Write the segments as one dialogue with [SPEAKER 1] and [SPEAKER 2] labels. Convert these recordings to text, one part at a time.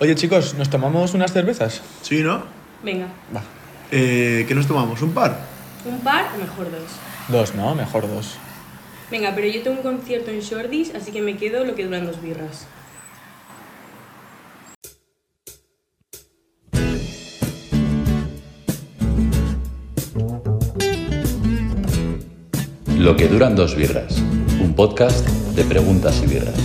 [SPEAKER 1] Oye, chicos, ¿nos tomamos unas cervezas?
[SPEAKER 2] ¿Sí, no?
[SPEAKER 3] Venga,
[SPEAKER 1] Va.
[SPEAKER 2] Eh, ¿Qué nos tomamos? ¿Un par?
[SPEAKER 3] un par o mejor dos.
[SPEAKER 1] Dos, ¿no? Mejor dos.
[SPEAKER 3] Venga, pero yo tengo un concierto en Shordis, así que me quedo lo que duran dos birras.
[SPEAKER 4] Lo que duran dos birras, un podcast de preguntas y birras.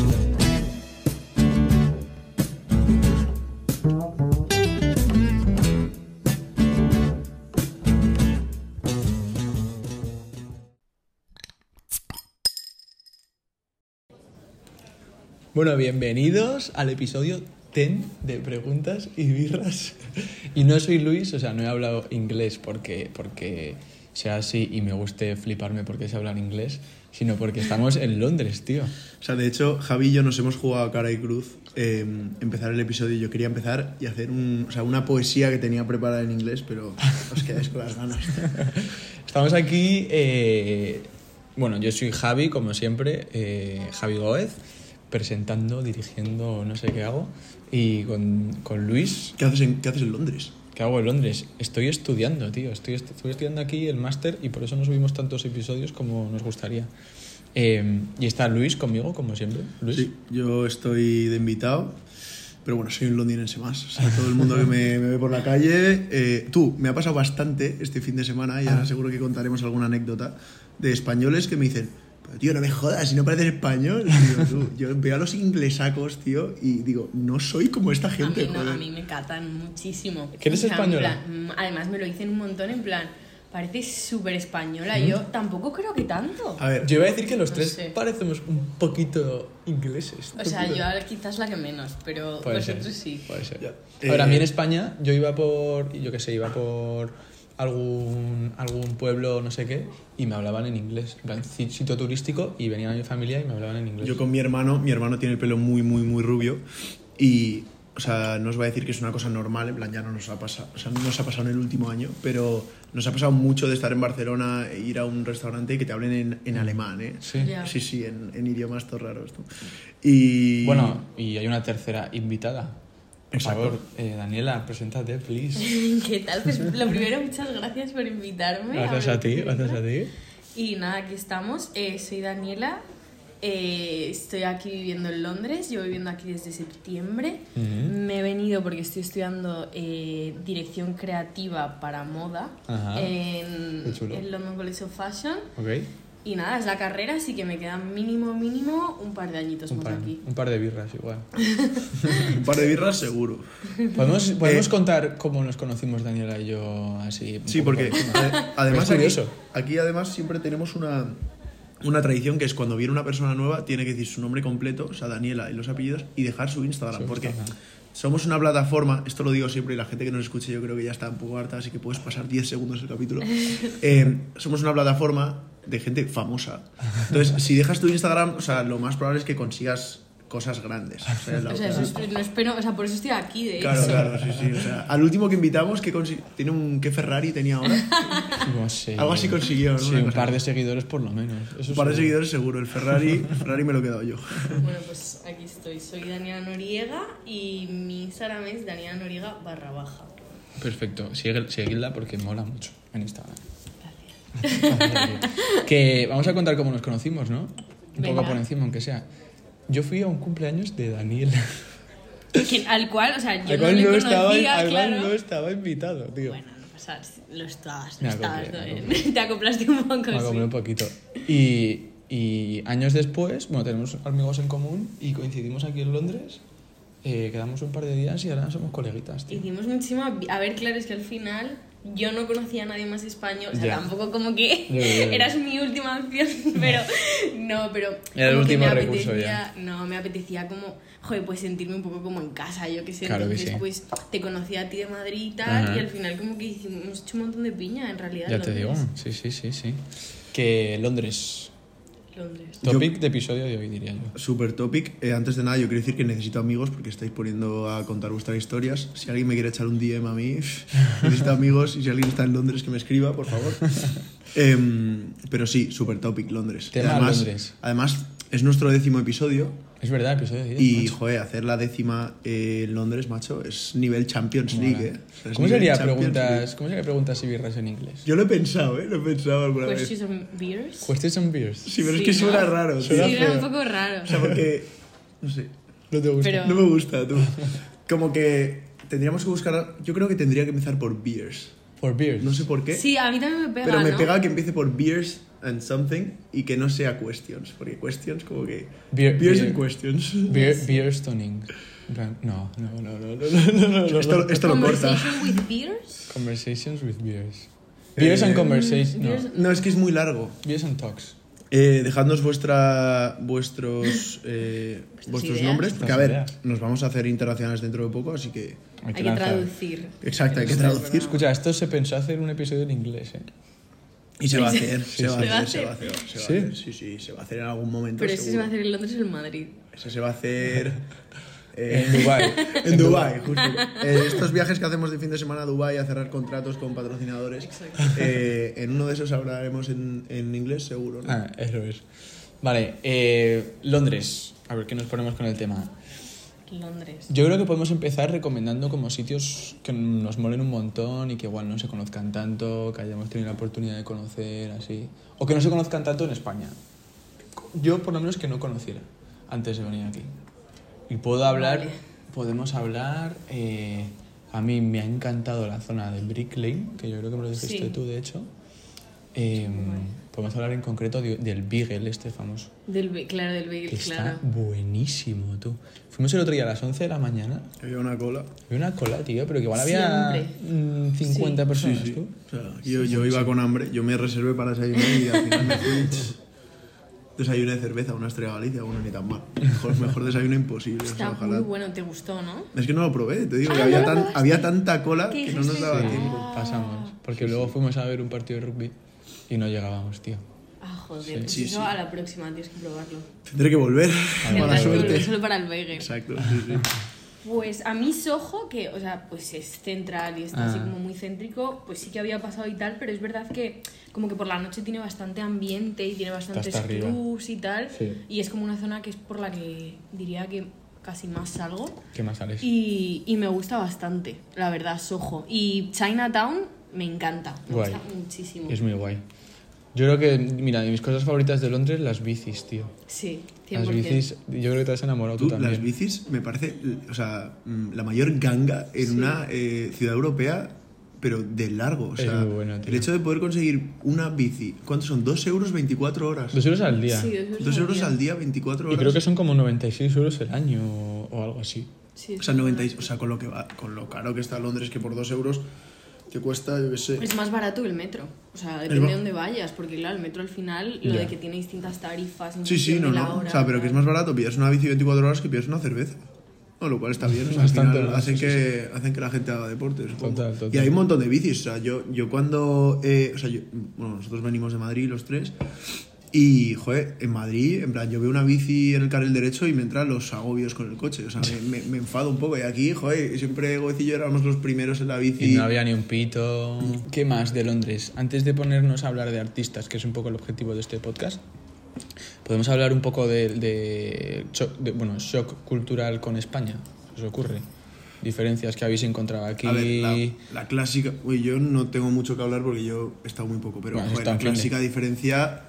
[SPEAKER 1] Bueno, bienvenidos al episodio 10 de Preguntas y Birras. Y no soy Luis, o sea, no he hablado inglés porque, porque sea así y me guste fliparme porque sé hablar inglés, sino porque estamos en Londres, tío.
[SPEAKER 2] O sea, de hecho, Javi y yo nos hemos jugado a cara y cruz eh, empezar el episodio. Yo quería empezar y hacer un, o sea, una poesía que tenía preparada en inglés, pero os quedáis con las ganas.
[SPEAKER 1] Estamos aquí, eh, bueno, yo soy Javi, como siempre, eh, Javi Góez, presentando, dirigiendo, no sé qué hago, y con, con Luis,
[SPEAKER 2] ¿Qué haces en, qué haces en Londres?
[SPEAKER 1] ¿Qué hago en Londres? Estoy estudiando, tío. Estoy, est- estoy estudiando aquí el máster y por eso no subimos tantos episodios como nos gustaría. Eh, y está Luis conmigo, como siempre. Luis.
[SPEAKER 2] Sí, yo estoy de invitado, pero bueno, soy un londinense más. O sea, todo el mundo que me, me ve por la calle. eh, tú, me ha pasado bastante este fin de semana y
[SPEAKER 5] Ah.
[SPEAKER 2] ahora seguro que contaremos alguna anécdota de españoles que me dicen. "Pero, Tío, no me jodas, si no pareces español. Y digo, "Tú, yo veo a los inglesacos, tío, y digo, no soy como esta
[SPEAKER 5] A
[SPEAKER 2] gente,
[SPEAKER 5] mí, no,
[SPEAKER 2] joder".
[SPEAKER 5] a mí me catan muchísimo.
[SPEAKER 1] ¿Que eres
[SPEAKER 5] O sea, en
[SPEAKER 1] española?
[SPEAKER 5] plan, mm, además me lo dicen un montón en plan, pareces súper española. Yo tampoco creo que tanto.
[SPEAKER 2] A ver,
[SPEAKER 1] Yo iba a decir que los
[SPEAKER 5] No
[SPEAKER 1] tres
[SPEAKER 5] sé.
[SPEAKER 1] parecemos un poquito ingleses.
[SPEAKER 5] O sea, yo ahora quizás la que menos, pero
[SPEAKER 1] Puede
[SPEAKER 5] vosotros
[SPEAKER 1] ser,
[SPEAKER 5] sí.
[SPEAKER 1] Puede ser.
[SPEAKER 2] Ya.
[SPEAKER 1] Ahora, a mí en
[SPEAKER 2] Eh,
[SPEAKER 1] España, yo iba por, yo qué sé, iba por algún, algún pueblo, no sé qué, y me hablaban en inglés. En plan, sit- sitio turístico, y venía mi familia y me hablaban en inglés.
[SPEAKER 2] Yo con mi hermano, mi hermano tiene el pelo muy, muy, muy rubio y, o sea, no os voy a decir que es una cosa normal, en plan, ya no nos ha pasado, o sea, no nos ha pasado en el último año, pero nos ha pasado mucho de estar en Barcelona e ir a un restaurante y que te hablen en, en alemán, ¿eh?
[SPEAKER 1] Sí.
[SPEAKER 5] Ya.
[SPEAKER 2] Sí, sí, en, en idiomas todo raros. tú. Y...
[SPEAKER 1] Bueno, y hay una tercera invitada. Por
[SPEAKER 2] Exacto.
[SPEAKER 1] favor, eh, Daniela, preséntate, please.
[SPEAKER 5] ¿Qué tal? Pues lo primero, muchas gracias por invitarme.
[SPEAKER 1] Gracias a ti,
[SPEAKER 5] hablar de
[SPEAKER 1] gracias a ti.
[SPEAKER 5] Y nada, aquí estamos. Eh, soy Daniela. Eh, estoy aquí viviendo en Londres. Llevo viviendo aquí desde septiembre.
[SPEAKER 1] Ujú.
[SPEAKER 5] Me he venido porque estoy estudiando eh, dirección creativa para moda
[SPEAKER 1] Ajá.
[SPEAKER 5] en
[SPEAKER 1] Qué chulo.
[SPEAKER 5] el London College of Fashion.
[SPEAKER 1] Ok.
[SPEAKER 5] Y nada, es la carrera, así que me quedan mínimo, mínimo un par de añitos
[SPEAKER 1] Un
[SPEAKER 5] más
[SPEAKER 1] par,
[SPEAKER 5] aquí.
[SPEAKER 1] un par de birras igual.
[SPEAKER 2] Un par de birras seguro.
[SPEAKER 1] ¿Podemos, podemos contar cómo nos conocimos Daniela y yo así? un
[SPEAKER 2] Eh, Sí,
[SPEAKER 1] poco
[SPEAKER 2] porque eh,
[SPEAKER 1] por encima?
[SPEAKER 2] ade- además
[SPEAKER 1] Es
[SPEAKER 2] aquí,
[SPEAKER 1] curioso.
[SPEAKER 2] aquí además siempre tenemos una, una tradición que es cuando viene una persona nueva tiene que decir su nombre completo, o sea, Daniela y los apellidos y dejar su Instagram,
[SPEAKER 1] Su
[SPEAKER 2] porque
[SPEAKER 1] Instagram.
[SPEAKER 2] somos una plataforma, esto lo digo siempre y la gente que nos escuche yo creo que ya está un poco harta, así que puedes pasar 10 segundos el capítulo. Eh, somos una plataforma de gente famosa. Entonces, si dejas tu Instagram, o sea, lo más probable es que consigas cosas grandes. O sea, la-
[SPEAKER 5] O sea,
[SPEAKER 1] pues
[SPEAKER 5] eso es- no espero, o sea, por eso estoy aquí, de
[SPEAKER 2] Claro,
[SPEAKER 5] hecho.
[SPEAKER 2] claro, sí, sí. o sea, al último que invitamos, que consi- tiene un que Ferrari tenía ahora.
[SPEAKER 1] No sé.
[SPEAKER 2] Algo así consiguió, ¿no?
[SPEAKER 1] Sí,
[SPEAKER 2] Una
[SPEAKER 1] un
[SPEAKER 2] cosa
[SPEAKER 1] par de
[SPEAKER 2] así.
[SPEAKER 1] seguidores por lo menos. Eso
[SPEAKER 2] Un par de
[SPEAKER 1] seguro.
[SPEAKER 2] seguidores seguro, el Ferrari, el Ferrari me lo he quedado yo.
[SPEAKER 5] Bueno, pues aquí estoy. Soy Daniela Noriega y mi Instagram es Daniela Noriega barra baja.
[SPEAKER 1] Perfecto, Sigue- seguidla porque mola mucho en Instagram.
[SPEAKER 5] Gracias.
[SPEAKER 1] que vamos a contar cómo nos conocimos, ¿no? Un poco
[SPEAKER 5] Venga.
[SPEAKER 1] por encima, aunque sea. Yo fui a un cumpleaños de Daniela.
[SPEAKER 5] Que- al cual, o sea, yo
[SPEAKER 1] Al
[SPEAKER 5] no
[SPEAKER 1] cual
[SPEAKER 5] le
[SPEAKER 1] no
[SPEAKER 5] conocía,
[SPEAKER 1] estaba, al cual
[SPEAKER 5] claro.
[SPEAKER 1] no estaba invitado, tío.
[SPEAKER 5] Bueno, no pasa, nada, lo estabas,
[SPEAKER 1] Me
[SPEAKER 5] lo estabas,
[SPEAKER 1] acoplé, me
[SPEAKER 5] eh, te acoplaste un poco,
[SPEAKER 1] Me
[SPEAKER 5] sí.
[SPEAKER 1] acoplé un poquito. Y, y años después, bueno, tenemos amigos en común y coincidimos aquí en Londres. eh, quedamos un par de días y ahora somos coleguitas, tío.
[SPEAKER 5] Hicimos muchísima... vi- A ver, claro, es que al final yo no conocía a nadie más español, o sea,
[SPEAKER 1] Ya.
[SPEAKER 5] tampoco como que
[SPEAKER 1] Ya, ya, ya.
[SPEAKER 5] eras mi última opción, pero no, pero...
[SPEAKER 1] Era el
[SPEAKER 5] como que
[SPEAKER 1] último
[SPEAKER 5] me
[SPEAKER 1] recurso ya.
[SPEAKER 5] apetecía- No, me apetecía como, joder, pues sentirme un poco como en casa, yo qué sé,
[SPEAKER 1] Claro que
[SPEAKER 5] entonces
[SPEAKER 1] sí.
[SPEAKER 5] pues te conocí a ti de Madrid y tal,
[SPEAKER 1] Ajá.
[SPEAKER 5] y al final como que hicimos, hemos hecho un montón de piña, en realidad.
[SPEAKER 1] Ya te digo,
[SPEAKER 5] Londres.
[SPEAKER 1] sí, sí, sí, sí. Que Londres,
[SPEAKER 5] Londres.
[SPEAKER 2] Yo-
[SPEAKER 1] topic de episodio de hoy, diría yo.
[SPEAKER 2] Super topic. Eh, antes de nada, yo quiero decir que necesito amigos porque estáis poniendo a contar vuestras historias. Si alguien me quiere echar un DM a mí, necesito amigos. Y si alguien está en Londres, que me escriba, por favor. Em, pero sí, super topic, Londres.
[SPEAKER 1] Tema
[SPEAKER 2] además,
[SPEAKER 1] Londres.
[SPEAKER 2] Además, Es nuestro décimo episodio
[SPEAKER 1] Es verdad, episodio 10.
[SPEAKER 2] y,
[SPEAKER 1] macho.
[SPEAKER 2] joder, hacer la décima eh, en Londres, macho, es nivel Champions
[SPEAKER 1] Mola.
[SPEAKER 2] League, ¿eh? O sea, es
[SPEAKER 1] ¿Cómo
[SPEAKER 2] nivel
[SPEAKER 1] sería,
[SPEAKER 2] Champions League.
[SPEAKER 1] preguntas, ¿Cómo sería preguntas y birras en inglés?
[SPEAKER 2] Yo lo he pensado, ¿eh? Lo he pensado alguna vez.
[SPEAKER 5] Questions and beers.
[SPEAKER 1] Questions and beers.
[SPEAKER 2] Sí, pero es
[SPEAKER 5] Pues Sí,
[SPEAKER 2] que
[SPEAKER 5] ¿no?
[SPEAKER 2] suena raro.
[SPEAKER 5] Sí,
[SPEAKER 2] tío.
[SPEAKER 5] era un poco raro.
[SPEAKER 2] O sea, porque... No sé.
[SPEAKER 1] No te gusta.
[SPEAKER 5] Pero-
[SPEAKER 2] No me gusta, tú. Como que tendríamos que buscar... Yo creo que tendría que empezar por beers.
[SPEAKER 1] Por beers.
[SPEAKER 2] No sé por qué.
[SPEAKER 5] Sí, a mí también me pega,
[SPEAKER 2] Pero me
[SPEAKER 5] ¿no?
[SPEAKER 2] pega que empiece por beers and something y que no sea questions, porque questions como que...
[SPEAKER 1] Beer-
[SPEAKER 2] beers
[SPEAKER 1] beer.
[SPEAKER 2] and questions.
[SPEAKER 1] Beer, beer stoning. En plan, No, no, no, no, no, no, no, no, no.
[SPEAKER 2] Esto, esto lo corta.
[SPEAKER 5] Conversation with beers.
[SPEAKER 1] Conversations with beers. Beers and
[SPEAKER 2] Eh,
[SPEAKER 1] conversations. No.
[SPEAKER 5] beers-
[SPEAKER 2] No, es que es muy largo.
[SPEAKER 1] Beers and talks.
[SPEAKER 2] Eh, dejadnos vuestra, vuestros, eh, vuestros
[SPEAKER 5] ideas.
[SPEAKER 2] nombres, porque a
[SPEAKER 1] Vuestras
[SPEAKER 2] ver,
[SPEAKER 1] ideas.
[SPEAKER 2] nos vamos a hacer internacionales dentro de poco, así que...
[SPEAKER 5] Hay que
[SPEAKER 1] lanzar.
[SPEAKER 5] traducir.
[SPEAKER 2] Exacto, hay que traducir.
[SPEAKER 1] Escucha, esto se pensó hacer un episodio en inglés, ¿eh?
[SPEAKER 2] Y se va a hacer, se va
[SPEAKER 5] sí.
[SPEAKER 2] a hacer, se va a hacer. se va a hacer.
[SPEAKER 1] ¿Sí?
[SPEAKER 2] Sí, sí, se va a hacer en algún momento.
[SPEAKER 5] Pero eso se va
[SPEAKER 2] seguro.
[SPEAKER 5] a hacer en Londres o en Madrid.
[SPEAKER 2] Eso se va a hacer... eh,
[SPEAKER 1] En Dubai.
[SPEAKER 2] En Dubai, justo. Eh, estos viajes que hacemos de fin de semana a Dubai a cerrar contratos con patrocinadores, eh, en uno de esos hablaremos en, en inglés seguro. ¿no?
[SPEAKER 1] Ah, eso es. Vale, eh, Londres. A ver qué nos ponemos con el tema.
[SPEAKER 5] Londres.
[SPEAKER 1] Yo creo que podemos empezar recomendando como sitios que nos molen un montón y que igual no se conozcan tanto, que hayamos tenido la oportunidad de conocer, así. O que no se conozcan tanto en España. Yo por lo menos que no conociera antes de venir aquí. Y puedo hablar,
[SPEAKER 5] Vale.
[SPEAKER 1] podemos hablar... eh, a mí me ha encantado la zona de Brick Lane, que yo creo que me lo dijiste
[SPEAKER 5] Sí.
[SPEAKER 1] tú, de hecho. Eh, podemos hablar en concreto de- del Beagle, este famoso.
[SPEAKER 5] Del, Be- claro, del Beagle,
[SPEAKER 1] Que
[SPEAKER 5] claro.
[SPEAKER 1] está buenísimo, tú. Fuimos el otro día a las 11 de la mañana
[SPEAKER 2] Había una cola.
[SPEAKER 1] había una cola, tío, pero que igual había mm, 50 personas, tú.
[SPEAKER 2] O sea, yo, yo iba con hambre, yo me reservé para desayunar y al final me fui. Desayuné cerveza, una estrella Galicia, bueno, ni tan mal. Mejor, mejor desayuno imposible. o sea,
[SPEAKER 5] Está
[SPEAKER 2] ojalá.
[SPEAKER 5] muy bueno, te gustó, ¿no?
[SPEAKER 2] Es que no lo probé, te digo,
[SPEAKER 5] Ah,
[SPEAKER 2] que había,
[SPEAKER 5] no lo
[SPEAKER 2] tan-
[SPEAKER 5] probaste.
[SPEAKER 2] había tanta cola
[SPEAKER 5] ¿Qué
[SPEAKER 2] que no nos
[SPEAKER 5] dijiste?
[SPEAKER 2] daba
[SPEAKER 5] Ah.
[SPEAKER 1] Sí,
[SPEAKER 2] tiempo.
[SPEAKER 1] pasamos. Porque luego fuimos a ver un partido de rugby y no llegábamos, tío.
[SPEAKER 5] Ah, joder.
[SPEAKER 2] Sí,
[SPEAKER 5] eso
[SPEAKER 2] sí.
[SPEAKER 5] a la próxima tienes que probarlo.
[SPEAKER 2] Tendré que volver. Mala
[SPEAKER 5] Tendrás que volver
[SPEAKER 2] suerte.
[SPEAKER 5] Solo para el Beagle.
[SPEAKER 2] Exacto, sí, sí.
[SPEAKER 5] Pues a mí Soho, que, o sea, pues es central y está
[SPEAKER 1] Ah.
[SPEAKER 5] así como muy céntrico, pues sí que había pasado y tal, pero es verdad que como que por la noche tiene bastante ambiente y tiene bastantes
[SPEAKER 1] hasta arriba.
[SPEAKER 5] clubs y tal,
[SPEAKER 1] Sí.
[SPEAKER 5] y es como una zona que es por la que diría que casi más salgo,
[SPEAKER 1] ¿Qué más sales?
[SPEAKER 5] y, y me gusta bastante, la verdad, Soho. Y Chinatown me encanta, me
[SPEAKER 1] Guay.
[SPEAKER 5] gusta muchísimo.
[SPEAKER 1] Es muy guay. Yo creo que, mira, de mis cosas favoritas de Londres, las bicis, tío.
[SPEAKER 5] Sí, 100%.
[SPEAKER 1] Las bicis, yo creo que te has enamorado tú,
[SPEAKER 2] Tú,
[SPEAKER 1] también.
[SPEAKER 2] las bicis me parece, o sea, mm, la mayor ganga en una eh, ciudad europea, pero de largo. O
[SPEAKER 1] Es
[SPEAKER 2] sea,
[SPEAKER 1] muy bueno, tío.
[SPEAKER 2] el hecho de poder conseguir una bici, ¿cuántos son? 2 euros 24 horas.
[SPEAKER 1] Dos euros al día.
[SPEAKER 5] Sí, dos euros,
[SPEAKER 2] Dos
[SPEAKER 5] al
[SPEAKER 2] euros
[SPEAKER 5] día.
[SPEAKER 2] al día, 24
[SPEAKER 1] y
[SPEAKER 2] horas.
[SPEAKER 1] creo que son como 96 euros el año o, o algo así.
[SPEAKER 5] Sí,
[SPEAKER 2] O sea, 96, o sea, con lo, que va, con lo caro que está Londres, que por 2 euros te cuesta, yo qué sé.
[SPEAKER 5] Es más barato el metro. O sea, depende
[SPEAKER 2] ba-
[SPEAKER 5] de dónde vayas, porque claro, el metro al final, lo
[SPEAKER 1] Ya.
[SPEAKER 5] de que tiene distintas tarifas. en
[SPEAKER 2] Sí, sí,
[SPEAKER 5] función
[SPEAKER 2] no,
[SPEAKER 5] de la
[SPEAKER 2] no.
[SPEAKER 5] hora,
[SPEAKER 2] o sea, pero que es más barato pillas una bici 24 horas que pillas una cerveza. No, lo cual está bien. o sea, al
[SPEAKER 1] Bastante
[SPEAKER 2] final
[SPEAKER 1] más,
[SPEAKER 2] hacen,
[SPEAKER 1] sí,
[SPEAKER 2] que, hacen que la gente haga deporte. supongo.
[SPEAKER 1] Total, total.
[SPEAKER 2] Y hay un montón de bicis. O sea, yo, yo cuando. eh, o sea, yo- bueno, nosotros venimos de Madrid los tres. Y, joder, en Madrid, en plan, yo veo una bici en el carril derecho y me entran los agobios con el coche. O sea, me, me- me enfado un poco. Y aquí, joder, siempre Gocillo éramos los primeros en la bici.
[SPEAKER 1] Y no había ni un pito. ¿Qué más de Londres? Antes de ponernos a hablar de artistas, que es un poco el objetivo de este podcast, podemos hablar un poco de, de cho- de, bueno, shock cultural con España. ¿Qué os ocurre? Diferencias que habéis encontrado aquí.
[SPEAKER 2] A ver, la, la clásica. Uy, yo no tengo mucho que hablar porque yo he estado muy poco, pero
[SPEAKER 1] Bueno,
[SPEAKER 2] joder,
[SPEAKER 1] está
[SPEAKER 2] la
[SPEAKER 1] en fin de-
[SPEAKER 2] clásica diferencia,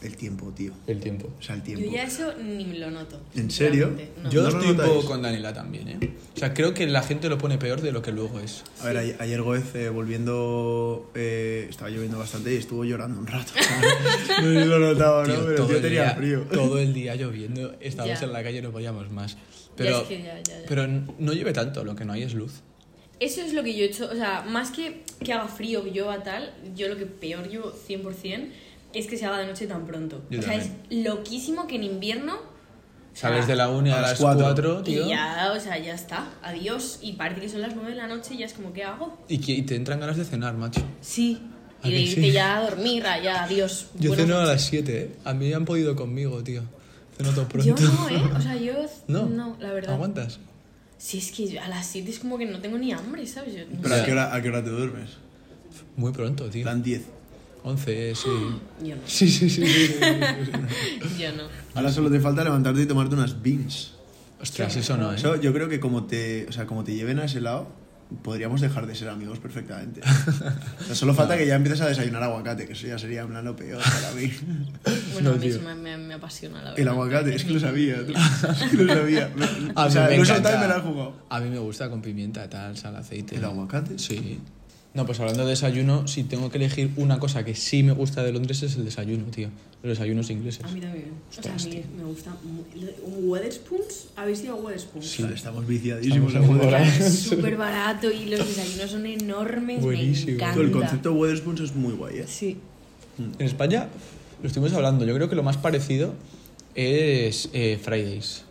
[SPEAKER 2] el tiempo, tío.
[SPEAKER 1] El tiempo.
[SPEAKER 2] O sea, el
[SPEAKER 5] Yo
[SPEAKER 2] tiempo.
[SPEAKER 5] ya eso ni lo noto.
[SPEAKER 2] ¿En serio?
[SPEAKER 5] sinceramente, no.
[SPEAKER 1] Yo
[SPEAKER 2] ¿No lo
[SPEAKER 1] estoy un poco
[SPEAKER 2] notáis?
[SPEAKER 1] con Daniela también, ¿eh? O sea, creo que la gente lo pone peor de lo que luego es.
[SPEAKER 2] A ver, ayer- ayer Goez eh, volviendo, eh, estaba lloviendo bastante y estuvo llorando un rato. no sé si lo notaba, ¿no?
[SPEAKER 1] Tío,
[SPEAKER 2] pero
[SPEAKER 1] todo
[SPEAKER 2] yo
[SPEAKER 1] el
[SPEAKER 2] tenía
[SPEAKER 1] día-
[SPEAKER 2] frío.
[SPEAKER 1] Todo el día lloviendo, estábamos
[SPEAKER 5] Ya.
[SPEAKER 1] en la calle y no podíamos más. Pero,
[SPEAKER 5] es que ya, ya, ya.
[SPEAKER 1] pero no llueve tanto, lo que no hay es luz.
[SPEAKER 5] Eso es lo que yo he hecho. O sea, más que que haga frío, que llueva tal, yo lo que peor yo 100% es que se haga de noche tan pronto.
[SPEAKER 1] Yo
[SPEAKER 5] o sea,
[SPEAKER 1] también.
[SPEAKER 5] es loquísimo que en invierno. o sea,
[SPEAKER 1] Sales de la uni a,
[SPEAKER 2] a las
[SPEAKER 1] las
[SPEAKER 2] cuatro.
[SPEAKER 1] 4, tío.
[SPEAKER 5] Y ya, o sea, ya está. Adiós. Y parece que son las 9 de la noche y ya es como, ¿qué hago?
[SPEAKER 1] Y, que- y te entran ganas de cenar, macho.
[SPEAKER 5] Sí.
[SPEAKER 1] ¿A
[SPEAKER 5] Y de
[SPEAKER 1] que
[SPEAKER 5] irte
[SPEAKER 1] sí?
[SPEAKER 5] ya a dormir, allá, adiós.
[SPEAKER 1] Yo
[SPEAKER 5] buenas
[SPEAKER 1] ceno a
[SPEAKER 5] noches.
[SPEAKER 1] las 7, ¿eh? A mí han podido conmigo, tío. Ceno todo
[SPEAKER 5] Yo
[SPEAKER 1] pronto.
[SPEAKER 5] no, ¿eh? O sea, yo.
[SPEAKER 1] ¿No?
[SPEAKER 5] No, la verdad.
[SPEAKER 1] ¿Aguantas?
[SPEAKER 5] Sí, es que a las 7 es como que no tengo ni hambre, ¿sabes? Yo no
[SPEAKER 2] ¿Pero
[SPEAKER 5] sé.
[SPEAKER 2] a qué, hora, a qué hora te duermes?
[SPEAKER 1] Muy pronto, tío.
[SPEAKER 2] Plan 10.
[SPEAKER 1] 11, sí.
[SPEAKER 5] Yo no.
[SPEAKER 1] Sí, sí, sí. sí, sí.
[SPEAKER 5] Yo no.
[SPEAKER 2] Ahora solo te falta levantarte y tomarte unas beans.
[SPEAKER 1] Ostras, eso no, ¿eh?
[SPEAKER 2] Eso yo creo que como te, o sea, como te lleven a ese lado, podríamos dejar de ser amigos perfectamente. O sea, solo falta que ya empieces a desayunar aguacate, que eso ya sería en plan lo peor para mí.
[SPEAKER 1] No,
[SPEAKER 5] Bueno, a mí
[SPEAKER 1] tío.
[SPEAKER 5] sí me, me- me apasiona la verdad.
[SPEAKER 2] El aguacate, es que lo sabía. tú. Es que lo sabía.
[SPEAKER 1] A
[SPEAKER 2] O
[SPEAKER 1] mí
[SPEAKER 2] sea,
[SPEAKER 1] me
[SPEAKER 2] lo he soltado y
[SPEAKER 1] encanta.
[SPEAKER 2] me lo he jugado.
[SPEAKER 1] A mí me gusta con pimienta, tal, sal, aceite.
[SPEAKER 2] ¿El aguacate?
[SPEAKER 1] Sí. No, pues hablando de desayuno, si tengo que elegir una cosa que sí me gusta de Londres es el desayuno, tío. Los desayunos ingleses.
[SPEAKER 5] A mí también. O sea, a
[SPEAKER 1] Ostras,
[SPEAKER 5] mí me gusta. mu- Un Weatherspoons. ¿Habéis ido a Weatherspoons?
[SPEAKER 2] Claro, Estamos viciadísimos
[SPEAKER 1] Estamos
[SPEAKER 2] a
[SPEAKER 1] enamorados.
[SPEAKER 2] aguacate.
[SPEAKER 5] Es súper barato y los desayunos son enormes.
[SPEAKER 1] Buenísimo.
[SPEAKER 5] Me encanta.
[SPEAKER 2] Tú, El concepto de Wetherspoons es muy guay, ¿eh?
[SPEAKER 5] Sí.
[SPEAKER 1] En España, lo estuvimos hablando, yo creo que lo más parecido es eh, Fridays.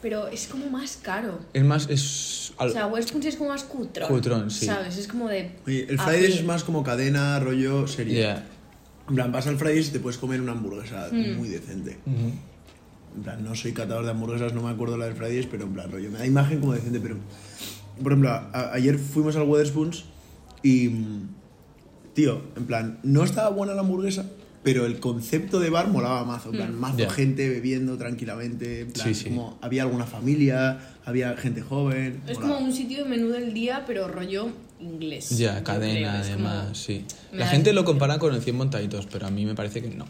[SPEAKER 5] Pero es como más caro.
[SPEAKER 1] Es más, es... al-
[SPEAKER 5] O sea, Weatherspoons es como más cutrón.
[SPEAKER 1] Cutrón, sí.
[SPEAKER 5] ¿Sabes? Es como de.
[SPEAKER 2] Oye, el
[SPEAKER 5] a
[SPEAKER 2] Fridays
[SPEAKER 5] pie.
[SPEAKER 2] es más como cadena, rollo serie.
[SPEAKER 1] Yeah.
[SPEAKER 2] En plan, vas al Fridays y te puedes comer una hamburguesa muy decente.
[SPEAKER 1] Ujú.
[SPEAKER 2] En plan, no soy catador de hamburguesas, no me acuerdo la del Fridays, pero en plan, rollo, me da imagen como decente, pero... Por ejemplo, a- ayer fuimos al Wetherspoons y... mm, Tío, en plan, no estaba buena la hamburguesa, pero el concepto de bar molaba mazo. En plan, mazo
[SPEAKER 1] Mm. Ya.
[SPEAKER 2] gente bebiendo tranquilamente, en plan,
[SPEAKER 1] Sí, sí.
[SPEAKER 2] como había alguna familia, había gente joven...
[SPEAKER 5] Es
[SPEAKER 2] molaba.
[SPEAKER 5] como un sitio de menú del día, pero rollo inglés.
[SPEAKER 1] Ya,
[SPEAKER 5] yo creo.
[SPEAKER 1] cadena,
[SPEAKER 5] Es como-
[SPEAKER 1] además, sí.
[SPEAKER 5] me
[SPEAKER 1] La
[SPEAKER 5] da
[SPEAKER 1] gente
[SPEAKER 5] ese-
[SPEAKER 1] lo compara con el 100 montaditos, pero a mí me parece que no.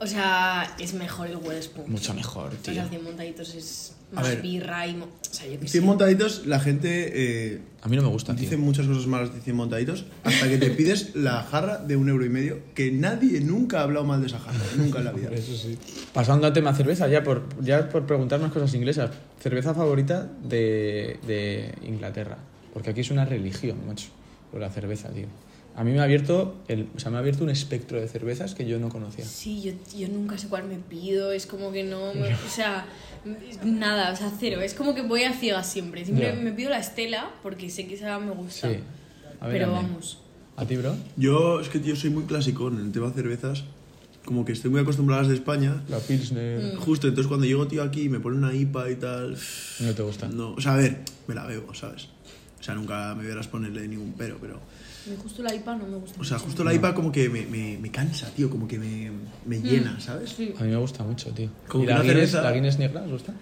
[SPEAKER 5] O sea, es mejor el Weatherspoons.
[SPEAKER 1] Mucho mejor,
[SPEAKER 5] O
[SPEAKER 1] tío.
[SPEAKER 5] sea, pues el 100 montaditos es
[SPEAKER 2] A
[SPEAKER 5] más
[SPEAKER 2] ver.
[SPEAKER 5] birra y. mo- O sea, yo qué sé.
[SPEAKER 2] 100 montaditos, la gente... eh,
[SPEAKER 1] A mí no me gusta, tío.
[SPEAKER 2] Dicen muchas cosas malas de 100 montaditos hasta que te pides la jarra de un euro y medio que nadie nunca ha hablado mal de esa jarra, nunca en la vida.
[SPEAKER 1] Eso sí. Pasando al tema cerveza, ya por, ya por preguntarnos cosas inglesas. Cerveza favorita de, de Inglaterra. Porque aquí es una religión, macho. Por la cerveza, tío. A mí me ha abierto el, o sea, me ha abierto un espectro de cervezas que yo no conocía.
[SPEAKER 5] Sí, yo, yo nunca sé cuál me pido, es como que no, me- o sea, nada, o sea, cero, es como que voy a ciegas siempre, siempre
[SPEAKER 1] Ya.
[SPEAKER 5] me pido la Estela porque sé que esa me gusta,
[SPEAKER 1] Sí. A ver,
[SPEAKER 5] pero
[SPEAKER 1] Ander,
[SPEAKER 5] vamos,
[SPEAKER 1] ¿A ti, bro?
[SPEAKER 2] Yo es que yo soy muy clásico en el tema de cervezas, como que estoy muy acostumbrado a las de España.
[SPEAKER 1] La Pilsner.
[SPEAKER 2] Justo, entonces cuando llego tío aquí y me pone una IPA y tal,
[SPEAKER 5] Mm.
[SPEAKER 1] No te gusta.
[SPEAKER 2] no, o sea, a ver, me la bebo, ¿sabes? O sea, nunca me verás ponerle ningún pero, pero...
[SPEAKER 5] me justo la IPA no me gusta.
[SPEAKER 2] O sea,
[SPEAKER 5] mucho.
[SPEAKER 2] justo la IPA como que me, me, me cansa, tío, como que me, me llena, ¿sabes?
[SPEAKER 5] Mm. Sí.
[SPEAKER 1] A mí me gusta mucho, tío.
[SPEAKER 2] Como
[SPEAKER 1] ¿Y
[SPEAKER 2] que
[SPEAKER 1] la
[SPEAKER 2] una
[SPEAKER 1] Guinness,
[SPEAKER 2] cerveza-
[SPEAKER 1] la Guinness negra os gusta?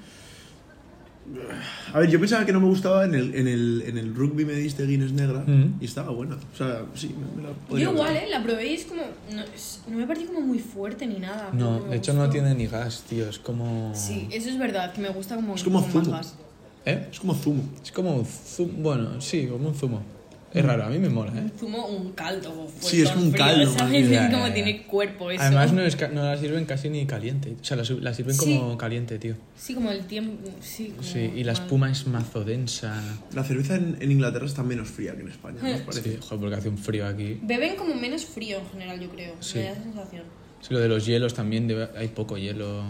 [SPEAKER 2] A ver, yo pensaba que no me gustaba en el, en el, en el rugby me diste Guinness negra
[SPEAKER 1] Mm.
[SPEAKER 2] y estaba buena. O sea, sí, me, me la podría
[SPEAKER 5] Yo igual,
[SPEAKER 2] beber.
[SPEAKER 5] eh, la probé y es como, no, es- no me pareció como muy fuerte ni nada.
[SPEAKER 1] No,
[SPEAKER 5] como que Ah, me
[SPEAKER 1] de hecho no
[SPEAKER 5] gustó.
[SPEAKER 1] tiene ni gas, tío. Es como...
[SPEAKER 5] Sí, eso es verdad, que me gusta como...
[SPEAKER 2] Es como
[SPEAKER 5] más
[SPEAKER 2] zumo.
[SPEAKER 5] gas.
[SPEAKER 1] ¿Eh?
[SPEAKER 2] Es como zumo.
[SPEAKER 1] Es como un zumo. Bueno, sí, como un zumo.
[SPEAKER 5] Mm.
[SPEAKER 1] Es raro, a mí me mola, ¿eh?
[SPEAKER 5] Un zumo, un caldo.
[SPEAKER 2] Sí, es
[SPEAKER 5] fuerte,
[SPEAKER 2] un
[SPEAKER 5] frío,
[SPEAKER 2] caldo, más
[SPEAKER 5] ¿sabes?
[SPEAKER 1] bien.
[SPEAKER 5] Es como
[SPEAKER 1] Ya, ya,
[SPEAKER 5] tiene
[SPEAKER 1] ya.
[SPEAKER 5] cuerpo eso.
[SPEAKER 1] Además no, es ca- no la sirven casi ni caliente. O sea, la, su- la sirven
[SPEAKER 5] Sí.
[SPEAKER 1] como caliente, tío.
[SPEAKER 5] Sí, como el tiempo, sí. como
[SPEAKER 1] Sí, y la
[SPEAKER 5] mal.
[SPEAKER 1] espuma es mazo densa.
[SPEAKER 2] La cerveza en, en Inglaterra está menos fría que en España, ¿no os parece?
[SPEAKER 1] Sí, joder, porque hace un frío aquí.
[SPEAKER 5] Beben como menos frío en general, yo creo.
[SPEAKER 1] Sí.
[SPEAKER 5] Me da esa sensación.
[SPEAKER 1] Sí, lo de los hielos también, debe- hay poco hielo.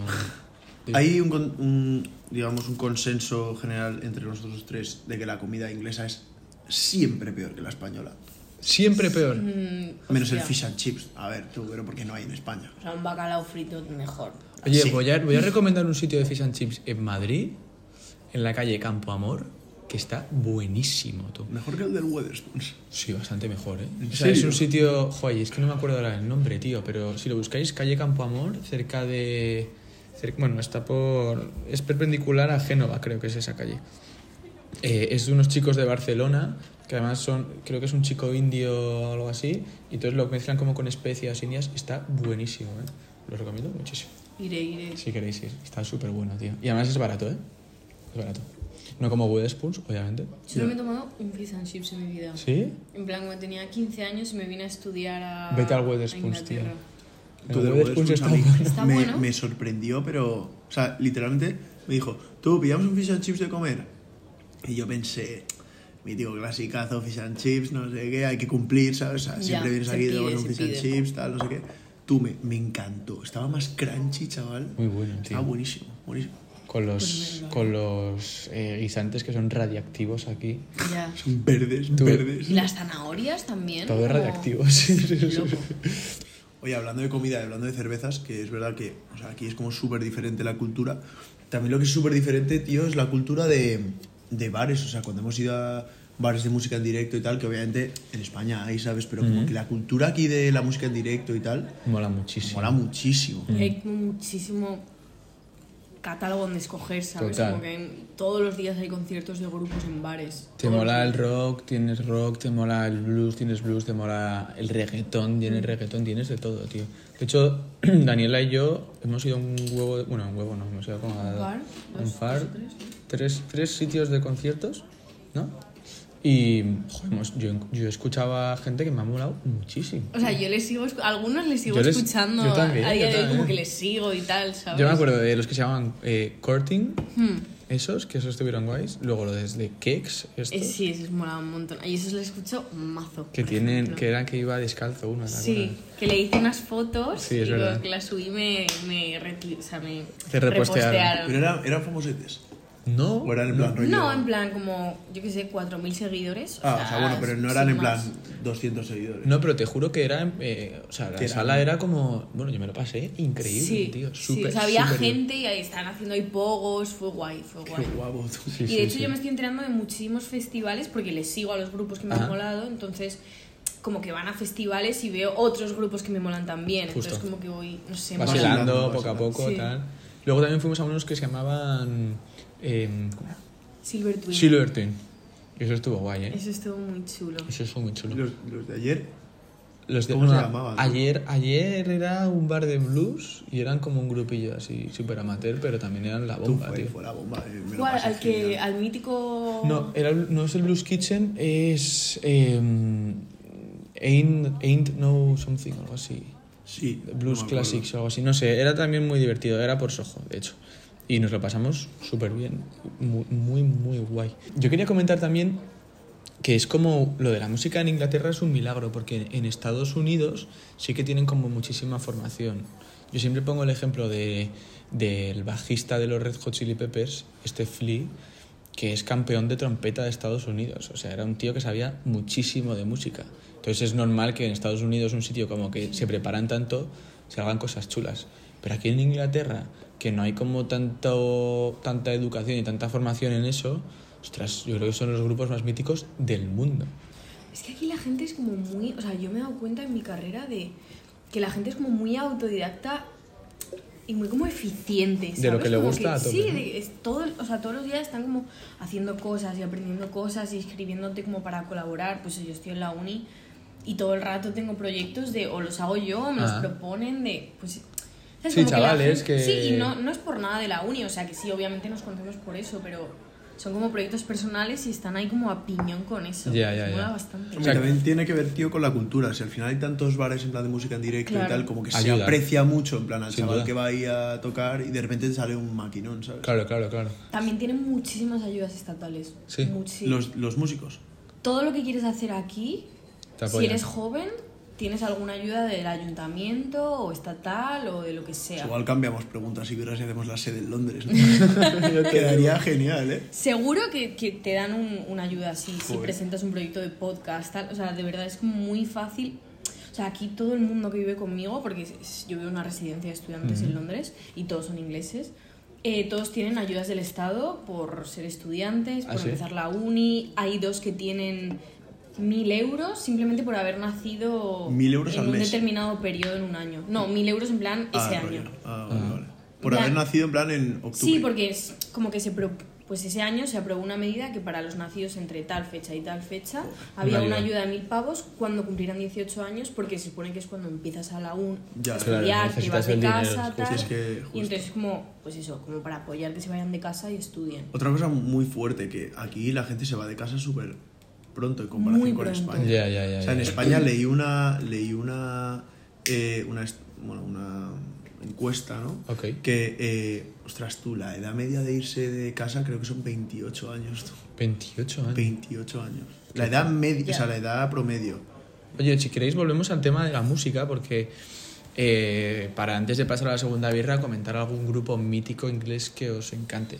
[SPEAKER 1] Sí.
[SPEAKER 2] Hay un, con- un, digamos, un consenso general entre nosotros tres de que la comida inglesa es siempre peor que la española.
[SPEAKER 1] Siempre peor.
[SPEAKER 2] Menos el
[SPEAKER 5] Mm, Hostia.
[SPEAKER 2] fish and chips. A ver, tú, pero porque no hay en España.
[SPEAKER 5] O sea, un bacalao frito mejor.
[SPEAKER 1] Oye,
[SPEAKER 2] Sí.
[SPEAKER 1] voy, a, voy a recomendar un sitio de fish and chips en Madrid, en la calle Campo Amor, que está buenísimo, tú.
[SPEAKER 2] Mejor que el del Wetherspoons.
[SPEAKER 1] Sí, bastante mejor, ¿eh?
[SPEAKER 2] ¿En
[SPEAKER 1] O sea, es
[SPEAKER 2] serio?
[SPEAKER 1] un sitio. Joder, es que no me acuerdo ahora el nombre, tío, pero si lo buscáis, calle Campo Amor, cerca de. cer- bueno, está por. Es perpendicular a Génova, creo que es esa calle. Eh, es de unos chicos de Barcelona, que además son. Creo que es un chico indio o algo así, y entonces lo mezclan como con especias indias. Está buenísimo, ¿eh? Lo recomiendo muchísimo.
[SPEAKER 5] Iré, iré.
[SPEAKER 1] Si queréis ir, está súper bueno, tío. Y además es barato, ¿eh? Es barato. No como Wetherspoons, obviamente.
[SPEAKER 5] Yo solo me he tomado un fish and chips en mi vida.
[SPEAKER 1] ¿Sí?
[SPEAKER 5] En plan, cuando tenía 15 años me vine a estudiar a.
[SPEAKER 1] Vete al
[SPEAKER 5] Wetherspoons,
[SPEAKER 1] Wetherspoons, tío.
[SPEAKER 2] Tú
[SPEAKER 1] El
[SPEAKER 2] del
[SPEAKER 1] Wetherspoons
[SPEAKER 2] Wetherspoons
[SPEAKER 1] está
[SPEAKER 2] a mí
[SPEAKER 1] bueno.
[SPEAKER 5] Está
[SPEAKER 2] me,
[SPEAKER 5] bueno.
[SPEAKER 2] me sorprendió, pero. O sea, literalmente me dijo, tú, pillamos un fish and chips de comer. Y yo pensé, mítico clasicazo, fish and chips, no sé qué, hay que cumplir, ¿sabes? O sea,
[SPEAKER 5] Ya,
[SPEAKER 2] siempre vienes
[SPEAKER 5] se
[SPEAKER 2] aquí y te
[SPEAKER 5] pide,
[SPEAKER 2] tomas un
[SPEAKER 5] se
[SPEAKER 2] fish and
[SPEAKER 5] pide.
[SPEAKER 2] chips, tal, no sé qué. Tú, me, me encantó. Estaba más crunchy, chaval.
[SPEAKER 1] Muy bueno,
[SPEAKER 2] Estaba
[SPEAKER 1] tío.
[SPEAKER 2] Ah, buenísimo, buenísimo.
[SPEAKER 1] Con los, con los eh, guisantes que son radiactivos aquí.
[SPEAKER 5] Ya.
[SPEAKER 2] Son verdes,
[SPEAKER 1] Tú-
[SPEAKER 2] verdes.
[SPEAKER 5] Y las zanahorias también.
[SPEAKER 1] Todo es
[SPEAKER 5] como-
[SPEAKER 1] radiactivo. sí, sí, sí.
[SPEAKER 5] Loco.
[SPEAKER 2] Oye, hablando de comida y hablando de cervezas, que es verdad que o sea, aquí es como súper diferente la cultura. También lo que es súper diferente, tío, es la cultura de, de bares. O sea, cuando hemos ido a, bares de música en directo y tal, que obviamente en España hay, ¿sabes? Pero como que la cultura aquí de la música en directo y tal,
[SPEAKER 1] Mola muchísimo.
[SPEAKER 2] mola muchísimo.
[SPEAKER 1] Mm.
[SPEAKER 5] Hay como muchísimo catálogo donde escoger, ¿sabes?
[SPEAKER 1] Total.
[SPEAKER 5] Como que en- todos los días hay conciertos de grupos en bares.
[SPEAKER 1] Te mola el rock, tienes rock, te mola el blues, tienes blues, te mola el reggaetón,
[SPEAKER 5] Mm.
[SPEAKER 1] tienes reggaetón, tienes de todo, tío. De hecho, Daniela y yo hemos ido a un huevo, bueno, a un huevo no, hemos ido como a
[SPEAKER 5] Un par,
[SPEAKER 1] a un
[SPEAKER 5] dos,
[SPEAKER 1] par,
[SPEAKER 5] dos o tres,
[SPEAKER 1] tres, tres sitios de conciertos, ¿no? Y joder, hemos- yo, yo escuchaba gente que me ha molado muchísimo.
[SPEAKER 5] O sea, yo les sigo, escu- algunos les sigo
[SPEAKER 1] Yo les-
[SPEAKER 5] escuchando.
[SPEAKER 1] yo también,
[SPEAKER 5] a
[SPEAKER 1] yo
[SPEAKER 5] día de hoy como
[SPEAKER 1] también.
[SPEAKER 5] que les sigo y tal, ¿sabes? Hmm.
[SPEAKER 1] Yo me acuerdo de los que se llamaban eh, Corting, esos, que esos estuvieron guays. Luego lo desde Keks, estos,
[SPEAKER 5] Eh, sí, eso es molaba un montón. Y eso les escucho mazo.
[SPEAKER 1] que
[SPEAKER 5] por
[SPEAKER 1] tienen,
[SPEAKER 5] ejemplo.
[SPEAKER 1] que eran que iba descalzo uno, ¿te
[SPEAKER 5] Sí,
[SPEAKER 1] acuerdas?
[SPEAKER 5] que le hice unas fotos
[SPEAKER 1] Sí, es
[SPEAKER 5] y luego
[SPEAKER 1] verdad.
[SPEAKER 5] que las subí me, me, retweet- o sea, me
[SPEAKER 1] Te repostearon.
[SPEAKER 2] Pero eran, eran famosetes.
[SPEAKER 1] No,
[SPEAKER 2] O eran en plan rollo-
[SPEAKER 5] No, en plan como, yo qué sé, 4.000 seguidores.
[SPEAKER 2] Ah, o sea, bueno, pero no eran
[SPEAKER 5] sin
[SPEAKER 2] en plan
[SPEAKER 5] más.
[SPEAKER 2] 200 seguidores.
[SPEAKER 1] No, pero te juro que era. eh, o sea, la
[SPEAKER 2] Que era-
[SPEAKER 1] sala era como. Bueno, yo me lo pasé increíble,
[SPEAKER 5] sí,
[SPEAKER 1] tío.
[SPEAKER 5] sí,
[SPEAKER 1] Súper.
[SPEAKER 5] o sea, había
[SPEAKER 1] súper bien.
[SPEAKER 5] gente y ahí estaban haciendo ahí pogos, fue guay, fue guay.
[SPEAKER 2] Qué guapo tú.
[SPEAKER 1] Sí,
[SPEAKER 5] y
[SPEAKER 1] sí,
[SPEAKER 5] de hecho
[SPEAKER 1] sí.
[SPEAKER 5] yo me estoy enterando de muchísimos festivales porque les sigo a los grupos que me
[SPEAKER 1] Ajá.
[SPEAKER 5] han molado, entonces como que van a festivales y veo otros grupos que me molan también, entonces
[SPEAKER 1] Justo.
[SPEAKER 5] como que voy, no sé,
[SPEAKER 1] Vas
[SPEAKER 2] Vas
[SPEAKER 5] mola.
[SPEAKER 1] hilando
[SPEAKER 2] hilando,
[SPEAKER 1] poco
[SPEAKER 2] vas
[SPEAKER 1] a
[SPEAKER 2] hilando.
[SPEAKER 1] poco,
[SPEAKER 5] Sí.
[SPEAKER 1] tal. Luego también fuimos a unos que se llamaban. Eh, ¿cómo era?
[SPEAKER 5] Silver Twin.
[SPEAKER 1] Silver Twin. Y eso estuvo guay, ¿eh?
[SPEAKER 5] Eso estuvo muy chulo.
[SPEAKER 1] Eso fue muy chulo.
[SPEAKER 2] Los, los de ayer.
[SPEAKER 1] Los de,
[SPEAKER 2] ¿Cómo se
[SPEAKER 1] no,
[SPEAKER 2] llamaban?
[SPEAKER 1] Ayer, ayer era un bar de blues y eran como un grupillo así, súper amateur, pero también eran la
[SPEAKER 2] Tú
[SPEAKER 1] bomba,
[SPEAKER 2] fue,
[SPEAKER 1] tío.
[SPEAKER 2] fue la bomba. eh, me lo
[SPEAKER 5] ¿Cuál?
[SPEAKER 2] pasé
[SPEAKER 5] Al, que,
[SPEAKER 2] genial.
[SPEAKER 5] al mítico...
[SPEAKER 1] No, era, no es el Blues Kitchen, es. eh, ain't, ain't No Something, algo así.
[SPEAKER 2] Sí.
[SPEAKER 1] Blues
[SPEAKER 2] no me acuerdo.
[SPEAKER 1] Classics o algo así. No sé, era también muy divertido, era por Soho, de hecho. Y nos lo pasamos súper bien, muy, muy, muy guay. Yo quería comentar también que es como lo de la música en Inglaterra es un milagro, porque en Estados Unidos sí que tienen como muchísima formación. Yo siempre pongo el ejemplo de, del bajista de los Red Hot Chili Peppers, este Flea, que es campeón de trompeta de Estados Unidos. O sea, era un tío que sabía muchísimo de música. Entonces es normal que en Estados Unidos, un sitio como que se preparan tanto, se hagan cosas chulas. Pero aquí en Inglaterra, que no hay como tanto, tanta educación y tanta formación en eso, ostras, yo creo que son los grupos más míticos del mundo.
[SPEAKER 5] Es que aquí la gente es como muy. O sea, yo me he dado cuenta en mi carrera de que la gente es como muy autodidacta y muy como eficiente. ¿sabes?
[SPEAKER 1] De lo que le
[SPEAKER 5] Como
[SPEAKER 1] gusta a tope,
[SPEAKER 5] Sí,
[SPEAKER 1] ¿no?
[SPEAKER 5] de- es todo, o sea, todos los días están como haciendo cosas y aprendiendo cosas y escribiéndote como para colaborar. Pues yo estoy en la uni y todo el rato tengo proyectos de o los hago yo o me los
[SPEAKER 1] Ah.
[SPEAKER 5] proponen de. Pues, ¿sabes?
[SPEAKER 1] Sí,
[SPEAKER 5] Como que la
[SPEAKER 1] chavales
[SPEAKER 5] gente-
[SPEAKER 1] que-
[SPEAKER 5] Sí, y no, no es por nada de la uni, o sea que sí, obviamente nos conocemos por eso, pero son como proyectos personales y están ahí como a piñón con eso.
[SPEAKER 1] Ya,
[SPEAKER 5] que
[SPEAKER 1] ya,
[SPEAKER 5] mola
[SPEAKER 1] ya.
[SPEAKER 5] bastante.
[SPEAKER 2] Hombre,
[SPEAKER 1] O sea,
[SPEAKER 2] también tiene que ver, tío, con la cultura. Si al final hay tantos bares en plan de música en directo y
[SPEAKER 5] Claro.
[SPEAKER 2] tal, como que se
[SPEAKER 1] Ayuda.
[SPEAKER 2] aprecia mucho en plan al
[SPEAKER 1] Sin
[SPEAKER 2] chaval
[SPEAKER 1] duda.
[SPEAKER 2] que va ahí a tocar y de repente te sale un maquinón, ¿sabes?
[SPEAKER 1] Claro, claro, claro.
[SPEAKER 5] También tienen muchísimas ayudas estatales.
[SPEAKER 1] Sí.
[SPEAKER 5] Muchísimas.
[SPEAKER 2] Los, los músicos.
[SPEAKER 5] Todo lo que quieres hacer aquí,
[SPEAKER 1] Te
[SPEAKER 5] si
[SPEAKER 1] apoyan.
[SPEAKER 5] eres joven, tienes alguna ayuda del ayuntamiento o estatal o de lo que sea.
[SPEAKER 2] Pues Igual cambiamos preguntas y verás si hacemos la sede en Londres. ¿no? Quedaría genial, ¿eh?
[SPEAKER 5] Seguro que, que te dan un- una ayuda así, si
[SPEAKER 2] Joder.
[SPEAKER 5] presentas un proyecto de podcast, tal. O sea, de verdad es como muy fácil. O sea, aquí todo el mundo que vive conmigo, porque es- es- yo vivo en una residencia de estudiantes en Londres y todos son ingleses, eh, todos tienen ayudas del Estado por ser estudiantes, por
[SPEAKER 1] ¿Ah, sí?
[SPEAKER 5] empezar la uni. Hay dos que tienen mil euros simplemente por haber nacido
[SPEAKER 2] 1.000 euros
[SPEAKER 5] en
[SPEAKER 2] al
[SPEAKER 5] un
[SPEAKER 2] mes.
[SPEAKER 5] determinado periodo en un año. No, mil euros en plan ese
[SPEAKER 2] Ah,
[SPEAKER 5] año.
[SPEAKER 2] rollo. Ah, vale, vale. Por
[SPEAKER 5] Ya.
[SPEAKER 2] haber nacido en plan en octubre.
[SPEAKER 5] Sí, porque es como que se pro- pues ese año se aprobó una medida que para los nacidos entre tal fecha y tal fecha había
[SPEAKER 1] Una
[SPEAKER 5] una
[SPEAKER 1] ayuda.
[SPEAKER 5] ayuda de mil pavos cuando cumplieran 18 años porque se supone que es cuando empiezas a la UN
[SPEAKER 2] Ya,
[SPEAKER 5] a
[SPEAKER 2] claro,
[SPEAKER 5] estudiar, te
[SPEAKER 1] necesitas
[SPEAKER 5] vas de
[SPEAKER 1] el
[SPEAKER 5] casa,
[SPEAKER 1] dinero, justo.
[SPEAKER 5] tal.
[SPEAKER 2] Es que justo.
[SPEAKER 5] y entonces como pues eso, como para apoyar que se vayan de casa y estudien.
[SPEAKER 2] Otra cosa muy fuerte, que aquí la gente se va de casa súper pronto en comparación
[SPEAKER 5] Muy
[SPEAKER 2] con
[SPEAKER 5] pronto.
[SPEAKER 2] España.
[SPEAKER 1] Ya, ya, ya,
[SPEAKER 2] O sea, en
[SPEAKER 1] ya.
[SPEAKER 2] España leí una. Leí una. eh, una est- bueno, una encuesta, ¿no?
[SPEAKER 1] Ok.
[SPEAKER 2] Que, eh, ostras, tú, la edad media de irse de casa creo que son 28 años, tú.
[SPEAKER 1] 28 años.
[SPEAKER 2] 28 años. La edad media, o sea, la edad promedio.
[SPEAKER 1] Oye, si queréis volvemos al tema de la música, porque eh, para antes de pasar a la segunda birra, comentar algún grupo mítico inglés que os encante.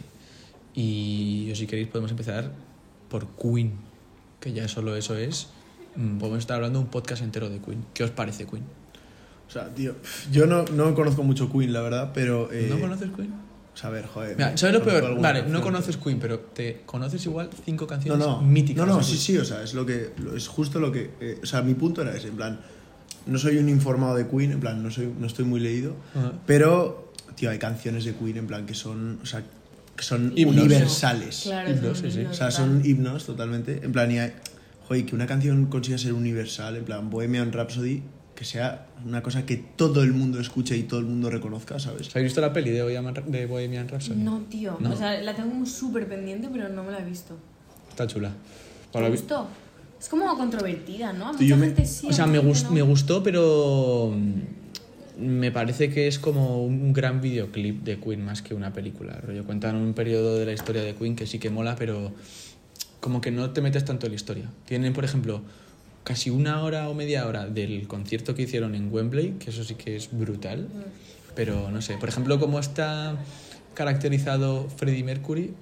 [SPEAKER 1] Y o si queréis podemos empezar por Queen, que ya solo eso es. mm, Podemos estar hablando un podcast entero de Queen. ¿Qué os parece Queen?
[SPEAKER 2] O sea, tío, yo no, no conozco mucho Queen, la verdad, pero... eh,
[SPEAKER 1] ¿No conoces Queen?
[SPEAKER 2] O sea, a ver, joder.
[SPEAKER 1] Mira, ¿sabes lo
[SPEAKER 2] conozco
[SPEAKER 1] peor?
[SPEAKER 2] alguna
[SPEAKER 1] Vale, no
[SPEAKER 2] canción.
[SPEAKER 1] conoces Queen, pero te conoces igual cinco
[SPEAKER 2] No,
[SPEAKER 1] canciones
[SPEAKER 2] no,
[SPEAKER 1] míticas.
[SPEAKER 2] No, no,
[SPEAKER 1] de
[SPEAKER 2] sí,
[SPEAKER 1] Queen.
[SPEAKER 2] sí, o sea, es lo que lo- es justo lo que, eh, o sea, mi punto era ese, en plan, no soy un informado de Queen, en plan, no soy no estoy muy leído,
[SPEAKER 1] Ajá.
[SPEAKER 2] pero tío, hay canciones de Queen en plan que son, o sea, que son
[SPEAKER 1] Himnos.
[SPEAKER 2] universales.
[SPEAKER 5] Claro,
[SPEAKER 1] Himnos,
[SPEAKER 5] son
[SPEAKER 1] sí, sí.
[SPEAKER 2] O
[SPEAKER 5] himnos,
[SPEAKER 2] sea,
[SPEAKER 5] tal.
[SPEAKER 2] son himnos totalmente, en plan, y hay- joder, que una canción consiga ser universal, en plan Bohemian Rhapsody, que sea una cosa que todo el mundo escuche y todo el mundo reconozca, ¿sabes?
[SPEAKER 1] ¿Habéis visto la peli de Bohemian, de Bohemian Rhapsody?
[SPEAKER 5] No, tío.
[SPEAKER 1] No.
[SPEAKER 5] O sea, la tengo como súper pendiente, pero no me la he visto.
[SPEAKER 1] Está chula.
[SPEAKER 5] ¿Te
[SPEAKER 1] Ahora vi-
[SPEAKER 5] gustó? Es como controvertida, ¿no? A
[SPEAKER 2] Sí,
[SPEAKER 5] mucha
[SPEAKER 2] yo me-
[SPEAKER 5] gente sí. a
[SPEAKER 1] O sea, me,
[SPEAKER 5] mucha gente
[SPEAKER 1] gust-
[SPEAKER 5] no.
[SPEAKER 1] me gustó, pero mm, me parece que es como un gran videoclip de Queen más que una película. Rollo, cuentan un periodo de la historia de Queen que sí que mola, pero como que no te metes tanto en la historia. Tienen, por ejemplo, casi una hora o media hora del concierto que hicieron en Wembley, que eso sí que es brutal, pero no sé. Por ejemplo, cómo está caracterizado Freddie Mercury,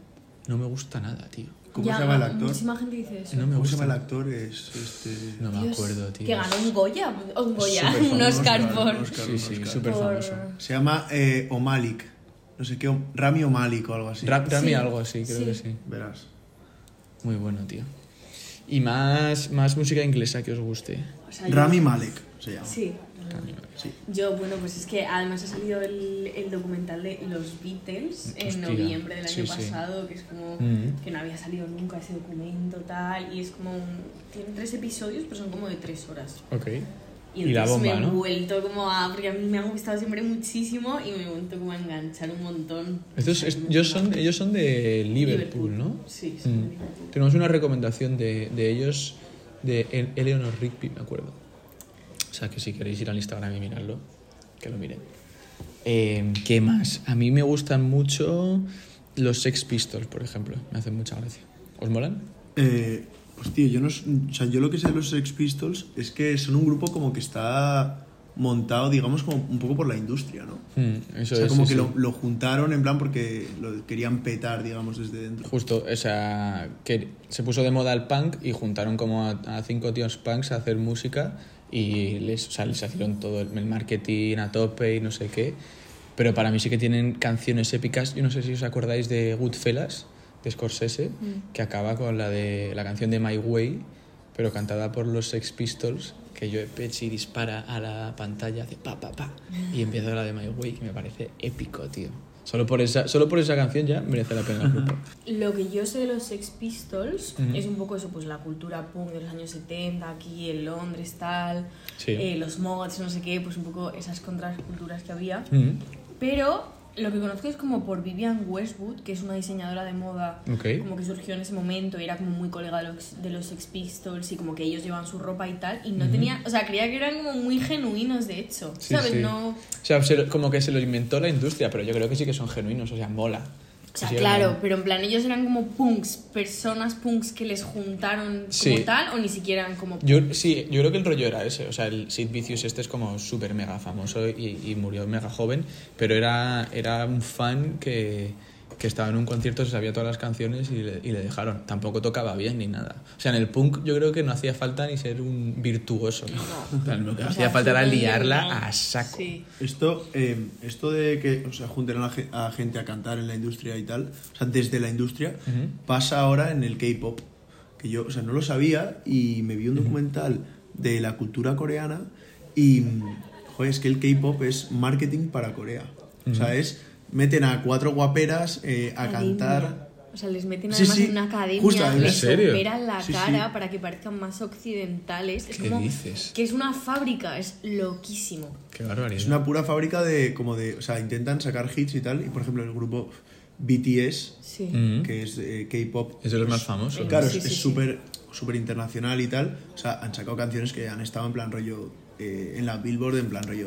[SPEAKER 1] no me gusta nada, tío.
[SPEAKER 2] ¿Cómo
[SPEAKER 5] Ya,
[SPEAKER 2] se llama el actor?
[SPEAKER 5] Muchísima gente dice eso.
[SPEAKER 1] No me
[SPEAKER 2] ¿Cómo se
[SPEAKER 1] gusta.
[SPEAKER 2] llama el actor? Es este
[SPEAKER 1] No me
[SPEAKER 5] Dios,
[SPEAKER 1] acuerdo, tío.
[SPEAKER 5] Que ganó un Goya. o Un Goya.
[SPEAKER 2] Súper
[SPEAKER 5] Un
[SPEAKER 2] famoso,
[SPEAKER 5] Oscar
[SPEAKER 2] ganó
[SPEAKER 5] por.
[SPEAKER 2] un Oscar,
[SPEAKER 1] Sí,
[SPEAKER 2] un
[SPEAKER 1] sí,
[SPEAKER 2] Oscar.
[SPEAKER 1] súper
[SPEAKER 5] por-
[SPEAKER 1] famoso.
[SPEAKER 2] Se llama eh, O'Malik. No sé qué, O- Rami O'Malik o algo así.
[SPEAKER 1] Rap, Rami
[SPEAKER 5] Sí.
[SPEAKER 1] algo así, creo
[SPEAKER 5] Sí.
[SPEAKER 1] que sí.
[SPEAKER 2] Verás.
[SPEAKER 1] Muy bueno, tío. Y más, más música inglesa que os guste.
[SPEAKER 3] O sea, yo-
[SPEAKER 2] Rami Malek se llama.
[SPEAKER 3] Sí.
[SPEAKER 2] Sí.
[SPEAKER 5] Yo, bueno, pues es que además ha salido el, el documental de los Beatles en
[SPEAKER 1] Hostia,
[SPEAKER 5] noviembre del año
[SPEAKER 1] sí, sí.
[SPEAKER 5] pasado, que es como
[SPEAKER 1] Mm.
[SPEAKER 5] que no había salido nunca ese documento tal, y es como, un- tienen tres episodios, pero son como de tres horas.
[SPEAKER 1] Ok.
[SPEAKER 5] Y,
[SPEAKER 1] Y la
[SPEAKER 5] entonces
[SPEAKER 1] bomba,
[SPEAKER 5] me he
[SPEAKER 1] ¿no?
[SPEAKER 5] vuelto como a, porque a mí me han gustado siempre muchísimo y me he vuelto como a enganchar un montón.
[SPEAKER 1] Estos, es- ellos, son, ellos son de Liverpool, ¿no?
[SPEAKER 5] Sí, sí.
[SPEAKER 1] Mm. Tenemos una recomendación de, de ellos, de El- Eleanor Rigby, me acuerdo. O sea, que si queréis ir al Instagram y mirarlo, que lo miren. Eh, ¿Qué más? A mí me gustan mucho los Sex Pistols, por ejemplo. Me hacen mucha gracia. ¿Os molan?
[SPEAKER 2] Eh, pues tío, yo no. s- O sea, yo lo que sé de los Sex Pistols es que son un grupo como que está montado, digamos, como un poco por la industria, ¿no?
[SPEAKER 1] Mm, eso
[SPEAKER 2] o sea,
[SPEAKER 1] es,
[SPEAKER 2] como
[SPEAKER 1] sí,
[SPEAKER 2] que
[SPEAKER 1] sí.
[SPEAKER 2] Lo, lo juntaron en plan porque lo querían petar, digamos, desde dentro.
[SPEAKER 1] Justo, o sea, que se puso de moda el punk y juntaron como a, a cinco tíos punks a hacer música y les, o sea, les hicieron todo el, el marketing a tope y no sé qué. Pero para mí sí que tienen canciones épicas. Yo no sé si os acordáis de Goodfellas, de Scorsese, que acaba con la, de, la canción de My Way, pero cantada por los Sex Pistols, que Joe Pesci dispara a la pantalla, hace pa, pa, pa, y empieza la de My Way, que me parece épico, tío. Solo por esa, solo por esa canción ya merece la pena el grupo.
[SPEAKER 5] Lo que yo sé de los Sex Pistols
[SPEAKER 1] Ujú.
[SPEAKER 5] es un poco eso, pues la cultura punk de los años 70, aquí en Londres, tal,
[SPEAKER 1] Sí.
[SPEAKER 5] eh, los mods, no sé qué, pues un poco esas contraculturas que había.
[SPEAKER 1] Mm,
[SPEAKER 5] Pero lo que conozco es como por Vivian Westwood, que es una diseñadora de moda,
[SPEAKER 1] Ok.
[SPEAKER 5] como que surgió en ese momento, era como muy colega de los, de los Sex Pistols y como que ellos llevan su ropa y tal, y no tenía, o sea, creía que eran como muy genuinos de hecho,
[SPEAKER 1] sí,
[SPEAKER 5] ¿sabes?
[SPEAKER 1] sí.
[SPEAKER 5] No...
[SPEAKER 1] O sea, se lo- como que se lo inventó la industria, pero yo creo que sí que son genuinos, o sea, mola.
[SPEAKER 5] O sea,
[SPEAKER 1] Sí,
[SPEAKER 5] claro,
[SPEAKER 1] eran-
[SPEAKER 5] pero en plan ellos eran como punks, personas punks que les juntaron como
[SPEAKER 1] Sí.
[SPEAKER 5] tal o ni siquiera eran como
[SPEAKER 1] Yo, sí, yo creo que el rollo era ese. O sea, el Sid Vicious este es como súper mega famoso y, y murió mega joven, pero era, era un fan que, que estaba en un concierto, se sabía todas las canciones y le, y le dejaron. Tampoco tocaba bien ni nada. O sea, en el punk yo creo que no hacía falta ni ser un virtuoso. ¿no? O sea, lo que
[SPEAKER 5] O sea,
[SPEAKER 1] hacía falta era
[SPEAKER 5] súper
[SPEAKER 1] liarla
[SPEAKER 5] libre.
[SPEAKER 1] a saco.
[SPEAKER 5] Sí.
[SPEAKER 2] Esto, eh, esto de que o sea, junten a, ge- a gente a cantar en la industria y tal, o sea, desde la industria, pasa ahora en el K-pop. Que yo, o sea, no lo sabía y me vi un documental de la cultura coreana y, mm, joder, es que el K-pop es marketing para Corea. O sea, es, meten a cuatro guaperas eh, a
[SPEAKER 5] academia.
[SPEAKER 2] cantar.
[SPEAKER 5] O sea, les meten
[SPEAKER 2] Sí,
[SPEAKER 5] además
[SPEAKER 2] sí,
[SPEAKER 5] en una academia,
[SPEAKER 2] justo, además.
[SPEAKER 1] ¿En
[SPEAKER 5] les
[SPEAKER 1] serio?
[SPEAKER 5] operan la
[SPEAKER 2] Sí, sí.
[SPEAKER 5] cara para que parezcan más occidentales. Es
[SPEAKER 1] ¿Qué
[SPEAKER 5] como
[SPEAKER 1] dices?
[SPEAKER 5] que es una fábrica, es loquísimo.
[SPEAKER 1] Qué barbaridad.
[SPEAKER 2] Es una pura fábrica de, como de, o sea, intentan sacar hits y tal. Y, por ejemplo, el grupo BTS,
[SPEAKER 5] Sí.
[SPEAKER 1] Mm.
[SPEAKER 2] que es eh, K-pop. eh,
[SPEAKER 1] Es de los más famosos.
[SPEAKER 2] Claro,
[SPEAKER 5] Sí,
[SPEAKER 2] es-
[SPEAKER 5] sí,
[SPEAKER 2] es
[SPEAKER 5] sí.
[SPEAKER 2] súper súper internacional y tal. O sea, han sacado canciones que han estado en plan rollo eh, en la Billboard, en plan rollo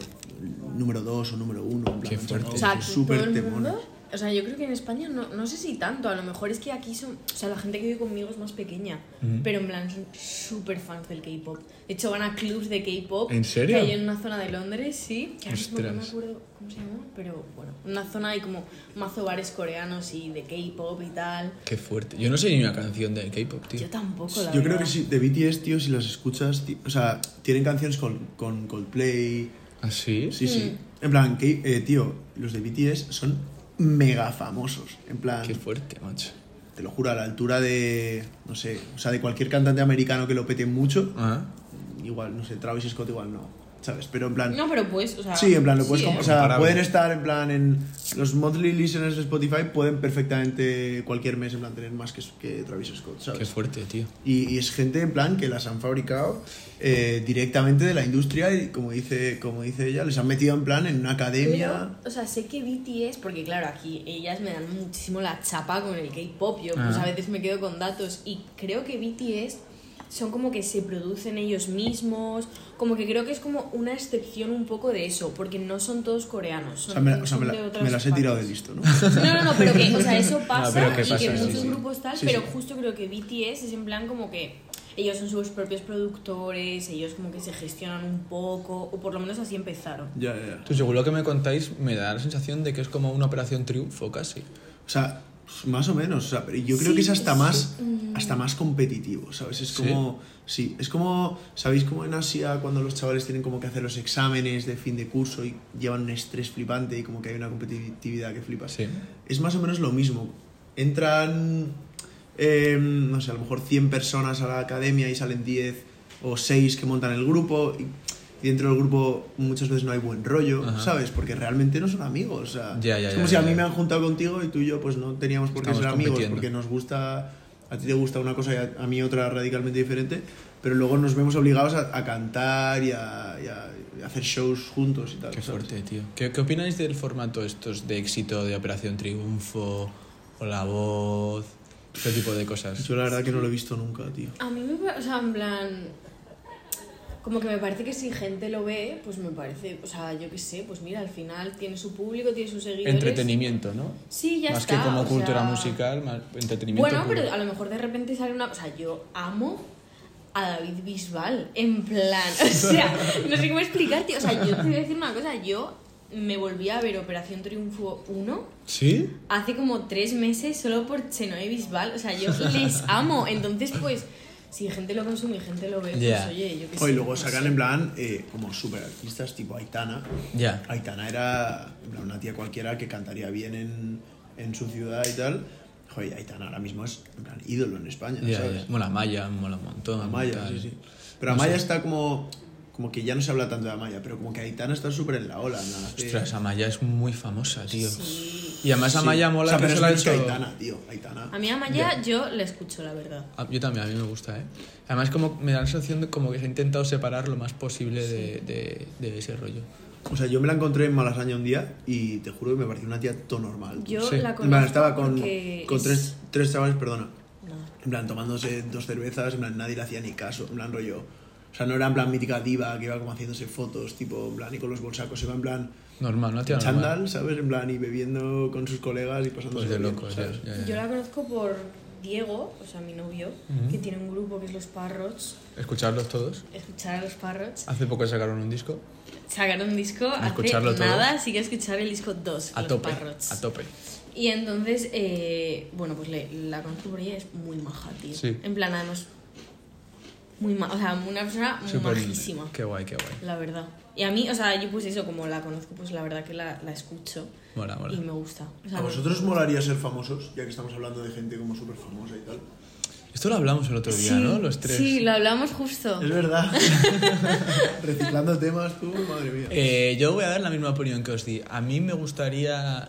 [SPEAKER 2] número 2 o número 1. En plan,
[SPEAKER 1] Qué
[SPEAKER 2] han sacado
[SPEAKER 1] fuerte.
[SPEAKER 5] O sea, que
[SPEAKER 2] súper
[SPEAKER 5] todo el
[SPEAKER 2] temones.
[SPEAKER 5] mundo... O sea, yo creo que en España no, no sé si tanto, a lo mejor es que aquí son... O sea, la gente que vive conmigo es más pequeña, pero en plan son súper fans del K-Pop. De hecho, van a clubs de K-Pop.
[SPEAKER 1] ¿En serio?
[SPEAKER 5] Que hay en una zona de Londres, sí. Que ahora mismo no me
[SPEAKER 1] Ostras.
[SPEAKER 5] acuerdo cómo se llama, pero bueno. Una zona hay como mazo bares coreanos y de K-Pop y tal.
[SPEAKER 1] Qué fuerte. Yo no sé ni una canción del K-pop, tío.
[SPEAKER 5] Yo tampoco, la
[SPEAKER 2] Yo creo
[SPEAKER 5] verdad.
[SPEAKER 2] que sí, de BTS, tío, si las escuchas, ti- o sea, tienen canciones con, con Coldplay.
[SPEAKER 1] ¿Ah, sí?
[SPEAKER 5] Mm.
[SPEAKER 2] Sí, sí. En plan, que, eh, tío, los de BTS son mega famosos. En plan,
[SPEAKER 1] Qué fuerte, macho.
[SPEAKER 2] te lo juro, a la altura de, no sé, o sea, de cualquier cantante americano que lo pete mucho,
[SPEAKER 1] Ah,
[SPEAKER 2] igual, no sé, Travis Scott igual no, ¿sabes? Pero en plan...
[SPEAKER 5] No, pero pues, o sea.
[SPEAKER 2] Sí, en plan, lo puedes
[SPEAKER 5] sí,
[SPEAKER 2] com-
[SPEAKER 5] ¿eh?
[SPEAKER 2] o sea,
[SPEAKER 1] Comparable.
[SPEAKER 2] pueden estar en plan en los monthly listeners de Spotify pueden perfectamente cualquier mes en plan tener más que, que Travis Scott, ¿sabes?
[SPEAKER 1] qué fuerte, tío.
[SPEAKER 2] Y, y es gente en plan que las han fabricado eh, directamente de la industria y como dice, como dice ella, les han metido en plan en una academia.
[SPEAKER 5] Pero, o sea, sé que BTS, porque claro, aquí ellas me dan muchísimo la chapa con el K-pop. Yo pues
[SPEAKER 1] Ah.
[SPEAKER 5] a veces me quedo con datos. Y creo que BTS son como que se producen ellos mismos. Como que creo que es como una excepción un poco de eso. Porque no son todos coreanos.
[SPEAKER 2] O
[SPEAKER 5] Son,
[SPEAKER 2] sea, me, la- o sea,
[SPEAKER 5] son
[SPEAKER 2] me la-
[SPEAKER 5] de otras
[SPEAKER 2] me las he tirado de
[SPEAKER 5] partes.
[SPEAKER 2] listo, ¿no?
[SPEAKER 5] No, no, no, pero que, o sea, eso pasa,
[SPEAKER 1] pero que
[SPEAKER 5] y
[SPEAKER 1] pasa,
[SPEAKER 5] que
[SPEAKER 1] sí,
[SPEAKER 5] muchos
[SPEAKER 1] sí.
[SPEAKER 5] grupos tal,
[SPEAKER 2] Sí,
[SPEAKER 5] pero
[SPEAKER 2] sí.
[SPEAKER 5] justo creo que BTS es en plan como que ellos son sus propios productores, ellos como que se gestionan un poco, o por lo menos así empezaron.
[SPEAKER 2] Ya, ya, ya.
[SPEAKER 1] Tú, según lo que me contáis, me da la sensación de que es como una operación triunfo casi.
[SPEAKER 2] O sea, pues más o menos, o sea, pero yo creo
[SPEAKER 5] Sí, Mm.
[SPEAKER 2] que es hasta
[SPEAKER 5] es-
[SPEAKER 2] más hasta más competitivo, ¿sabes? Es
[SPEAKER 1] ¿Sí?
[SPEAKER 2] como sí, es como ¿sabéis cómo en Asia cuando los chavales tienen como que hacer los exámenes de fin de curso y llevan un estrés flipante y como que hay una competitividad que flipas?
[SPEAKER 1] Sí.
[SPEAKER 2] es más o menos lo mismo. Entran, eh, no sé, a lo mejor 100 personas a la academia y salen 10 o 6 que montan el grupo. Y dentro del grupo muchas veces no hay buen rollo,
[SPEAKER 1] Ajá.
[SPEAKER 2] ¿sabes? Porque realmente no son amigos. O sea,
[SPEAKER 1] Ya, ya, ya,
[SPEAKER 2] es como
[SPEAKER 1] ya,
[SPEAKER 2] si a
[SPEAKER 1] ya.
[SPEAKER 2] mí me han juntado contigo y tú y yo pues no teníamos por qué
[SPEAKER 1] Estamos
[SPEAKER 2] ser amigos
[SPEAKER 1] compitiendo.
[SPEAKER 2] porque nos gusta... A ti te gusta una cosa y a, a mí otra radicalmente diferente, pero luego nos vemos obligados a, a cantar y a, y a- y a hacer shows juntos y tal.
[SPEAKER 1] Qué
[SPEAKER 2] ¿sabes?
[SPEAKER 1] fuerte, tío. ¿Qué, qué opináis del formato estos de éxito de Operación Triunfo o La Voz? Este tipo de cosas.
[SPEAKER 2] Yo la verdad que no lo he visto nunca, tío.
[SPEAKER 5] A mí me parece, o sea, en plan, como que me parece que si gente lo ve, pues me parece, o sea, yo qué sé, pues mira, al final tiene su público, tiene sus seguidores.
[SPEAKER 1] Entretenimiento, ¿no?
[SPEAKER 5] Sí, ya
[SPEAKER 1] más
[SPEAKER 5] está.
[SPEAKER 1] que como
[SPEAKER 5] o
[SPEAKER 1] cultura
[SPEAKER 5] sea-
[SPEAKER 1] musical, más entretenimiento.
[SPEAKER 5] Bueno,
[SPEAKER 1] puro.
[SPEAKER 5] pero a lo mejor de repente sale una. O sea, yo amo a David Bisbal. En plan. O sea, no sé cómo explicarte. O sea, yo te voy a decir una cosa. Yo me volví a ver Operación Triunfo 1
[SPEAKER 1] ¿Sí?
[SPEAKER 5] hace como tres meses solo por Chenoe Bisbal. O sea, yo les amo. Entonces, pues. Si gente lo consume y gente lo ve, pues
[SPEAKER 1] Ya.
[SPEAKER 5] oye, yo qué sé.
[SPEAKER 2] Oh,
[SPEAKER 5] pues,
[SPEAKER 2] Y luego
[SPEAKER 5] no
[SPEAKER 2] sacan
[SPEAKER 5] sé.
[SPEAKER 2] en plan eh, como super artistas tipo Aitana.
[SPEAKER 1] Ya.
[SPEAKER 2] Aitana era en plan, una tía cualquiera que cantaría bien en, en su ciudad y tal. Joder, Aitana ahora mismo es en plan, ídolo en España,
[SPEAKER 1] Ya,
[SPEAKER 2] ¿sabes?
[SPEAKER 1] ya. Mola Maya, mola un montón.
[SPEAKER 2] Amaya,
[SPEAKER 1] tal.
[SPEAKER 2] sí, sí. Pero
[SPEAKER 1] No
[SPEAKER 2] Amaya
[SPEAKER 1] sé.
[SPEAKER 2] está como, como que ya no se habla tanto de Amaya, pero como que Aitana está súper en la ola. en la-
[SPEAKER 1] Ostras, Amaya es muy famosa, tío.
[SPEAKER 5] Sí.
[SPEAKER 1] Y además Amaya
[SPEAKER 2] Sí.
[SPEAKER 1] mola
[SPEAKER 2] O sea,
[SPEAKER 1] que
[SPEAKER 2] pero
[SPEAKER 1] se la ha
[SPEAKER 2] es más
[SPEAKER 1] hecho-
[SPEAKER 2] que Aitana, tío, Aitana.
[SPEAKER 5] A mí, Amaya, yo la escucho, la verdad.
[SPEAKER 1] Ah, Yo también, a mí me gusta, ¿eh? Además, como me da la sensación de como que se ha intentado separar lo más posible de, de- de ese rollo.
[SPEAKER 2] O sea, yo me la encontré en Malasaña un día y te juro que me pareció una tía todo normal. tío.
[SPEAKER 5] Yo
[SPEAKER 1] Sí.
[SPEAKER 5] la
[SPEAKER 2] En
[SPEAKER 5] conozco.
[SPEAKER 2] plan, estaba con,
[SPEAKER 5] porque
[SPEAKER 2] con
[SPEAKER 5] es-
[SPEAKER 2] tres, tres chavales, perdona.
[SPEAKER 5] Nada.
[SPEAKER 2] En plan, tomándose dos cervezas, en plan, nadie le hacía ni caso, en plan, rollo. O sea, no era en plan mítica diva que iba como haciéndose fotos, tipo, en plan, y con los bolsacos, iba en plan
[SPEAKER 1] Normal, ¿no? Tía, normal.
[SPEAKER 2] chándal, ¿sabes? En plan, y bebiendo con sus colegas y pasándose
[SPEAKER 1] Pues de loco,
[SPEAKER 2] ¿sabes?
[SPEAKER 1] ya, ya,
[SPEAKER 5] Yo
[SPEAKER 1] ya.
[SPEAKER 5] la conozco por Diego, o sea, mi novio, que tiene un grupo que es Los Parrots.
[SPEAKER 1] Escucharlos todos.
[SPEAKER 5] Escuchar a Los Parrots.
[SPEAKER 1] Hace poco sacaron un disco.
[SPEAKER 5] Sacaron un disco hace
[SPEAKER 1] escucharlo todo.
[SPEAKER 5] nada, así que escuchar el disco 2,
[SPEAKER 1] A
[SPEAKER 5] Los
[SPEAKER 1] tope.
[SPEAKER 5] Parrots.
[SPEAKER 1] A tope.
[SPEAKER 5] Y entonces, eh, bueno, pues le- la conozco por ella, es muy maja, tío.
[SPEAKER 1] Sí.
[SPEAKER 5] En plan, además, muy maja, o sea, una persona
[SPEAKER 1] Súper-
[SPEAKER 5] majísima,
[SPEAKER 1] Qué guay, qué guay.
[SPEAKER 5] la verdad. Y a mí, o sea, yo pues eso, como la conozco, pues la verdad que la, la escucho
[SPEAKER 1] Mola, mola.
[SPEAKER 5] y me gusta. O sea,
[SPEAKER 2] ¿A
[SPEAKER 5] me-
[SPEAKER 2] vosotros molaría ser famosos, ya que estamos hablando de gente como súper famosa y tal?
[SPEAKER 1] Esto lo hablamos el otro día,
[SPEAKER 5] Sí,
[SPEAKER 1] ¿no? Los tres.
[SPEAKER 5] Sí, lo hablamos justo.
[SPEAKER 2] Es verdad. Reciclando temas, tú, madre mía.
[SPEAKER 1] Eh, yo voy a dar la misma opinión que os di. A mí me gustaría,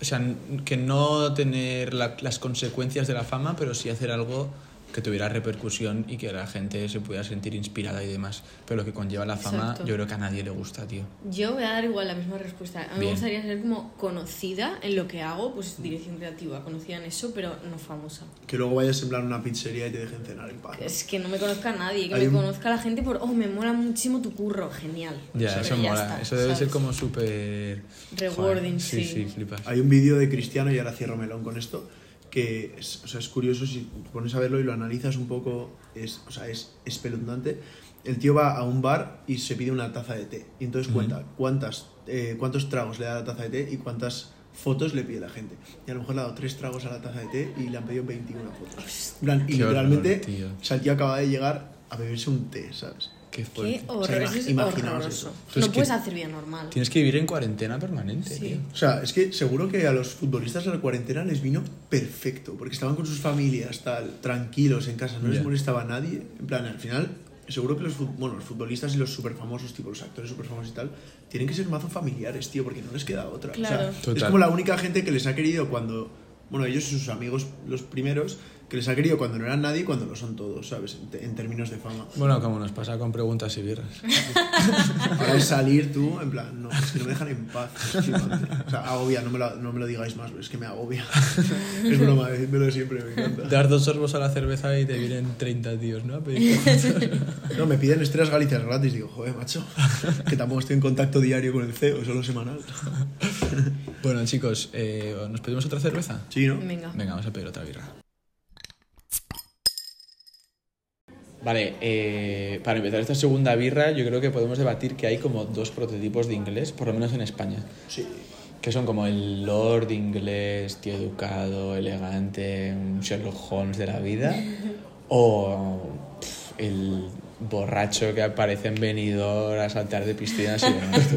[SPEAKER 1] o sea, n- que no tener la- las consecuencias de la fama, pero sí hacer algo que tuviera repercusión y que la gente se pudiera sentir inspirada y demás. Pero lo que conlleva la fama,
[SPEAKER 5] Exacto.
[SPEAKER 1] yo creo que a nadie le gusta, tío.
[SPEAKER 5] Yo voy a dar igual la misma respuesta. A mí me
[SPEAKER 1] Bien. Mm.
[SPEAKER 5] gustaría ser como conocida en lo que hago, pues dirección creativa, conocida en eso, pero no famosa.
[SPEAKER 2] Que luego vayas en plan a una pizzería y te dejen cenar en paz. ¿no?
[SPEAKER 5] Es que no me conozca nadie, que
[SPEAKER 2] Hay
[SPEAKER 5] me
[SPEAKER 2] un-
[SPEAKER 5] conozca la gente por, oh, me mola muchísimo tu curro, genial.
[SPEAKER 1] Ya,
[SPEAKER 5] Pero
[SPEAKER 1] eso mola.
[SPEAKER 5] está,
[SPEAKER 1] eso debe ser
[SPEAKER 5] ¿sabes?
[SPEAKER 1] como súper...
[SPEAKER 5] Rewarding,
[SPEAKER 1] Joder, sí.
[SPEAKER 5] sí.
[SPEAKER 1] Sí, flipas.
[SPEAKER 2] Hay un vídeo de Cristiano, y ahora cierro melón con esto, que es, o sea, es curioso, si te pones a verlo y lo analizas un poco, es, o sea, es espeluznante. El tío va a un bar y se pide una taza de té. Y entonces cuenta cuántas, eh, cuántos tragos le da la taza de té y cuántas fotos le pide la gente. Y a lo mejor le ha dado tres tragos a la taza de té y le han pedido 21 fotos. En plan, y
[SPEAKER 1] Qué horror,
[SPEAKER 2] literalmente,
[SPEAKER 1] tío.
[SPEAKER 2] o sea, el tío acaba de llegar a beberse un té, ¿sabes?
[SPEAKER 1] Qué
[SPEAKER 5] Pues,
[SPEAKER 1] fuerte.
[SPEAKER 5] Qué horror, eso es
[SPEAKER 2] imaginaos
[SPEAKER 5] horroroso.
[SPEAKER 1] Tú es
[SPEAKER 5] No
[SPEAKER 1] que-
[SPEAKER 5] puedes hacer vida normal.
[SPEAKER 1] Tienes que vivir en cuarentena permanente,
[SPEAKER 5] Sí.
[SPEAKER 1] tío.
[SPEAKER 2] O sea, es que seguro que a los futbolistas de la cuarentena les vino perfecto, porque estaban con sus familias, tal, tranquilos en casa, no les
[SPEAKER 1] Ya.
[SPEAKER 2] molestaba a nadie. En plan, al final, seguro que los, fut- bueno, los futbolistas y los superfamosos, tipo los actores superfamosos y tal, tienen que ser mazo familiares, tío, porque no les queda otra. O sea,
[SPEAKER 5] Claro.
[SPEAKER 1] Total.
[SPEAKER 2] es como la única gente que les ha querido cuando, bueno, ellos y sus amigos, los primeros, que les ha querido cuando no eran nadie y cuando lo son todos, ¿sabes? En, te- en términos de fama.
[SPEAKER 1] Bueno, como nos pasa con preguntas y birras.
[SPEAKER 2] Ahora es salir tú, en plan, no, es que no me dejan en paz. es flipante. O sea, agobia, no me, lo, no me lo digáis más, es que me agobia. Es broma, decírmelo siempre, me encanta.
[SPEAKER 1] Dar dos sorbos a la cerveza y te vienen 30 tíos, ¿no? A pedir
[SPEAKER 2] No, me piden estrellas galicias gratis, digo, joder, macho, que tampoco estoy en contacto diario con el CEO, solo semanal.
[SPEAKER 1] Bueno, chicos, eh, ¿nos pedimos otra cerveza?
[SPEAKER 2] Sí, ¿no?
[SPEAKER 5] Venga.
[SPEAKER 1] Venga, vamos a pedir otra birra. Vale, eh, para empezar esta segunda birra, yo creo que podemos debatir que hay como dos prototipos de inglés, por lo menos en España,
[SPEAKER 2] Sí.
[SPEAKER 1] que son como el lord inglés, tío educado, elegante, un Sherlock Holmes de la vida, o pf, el borracho que aparece en venidor a saltar de piscinas y demás.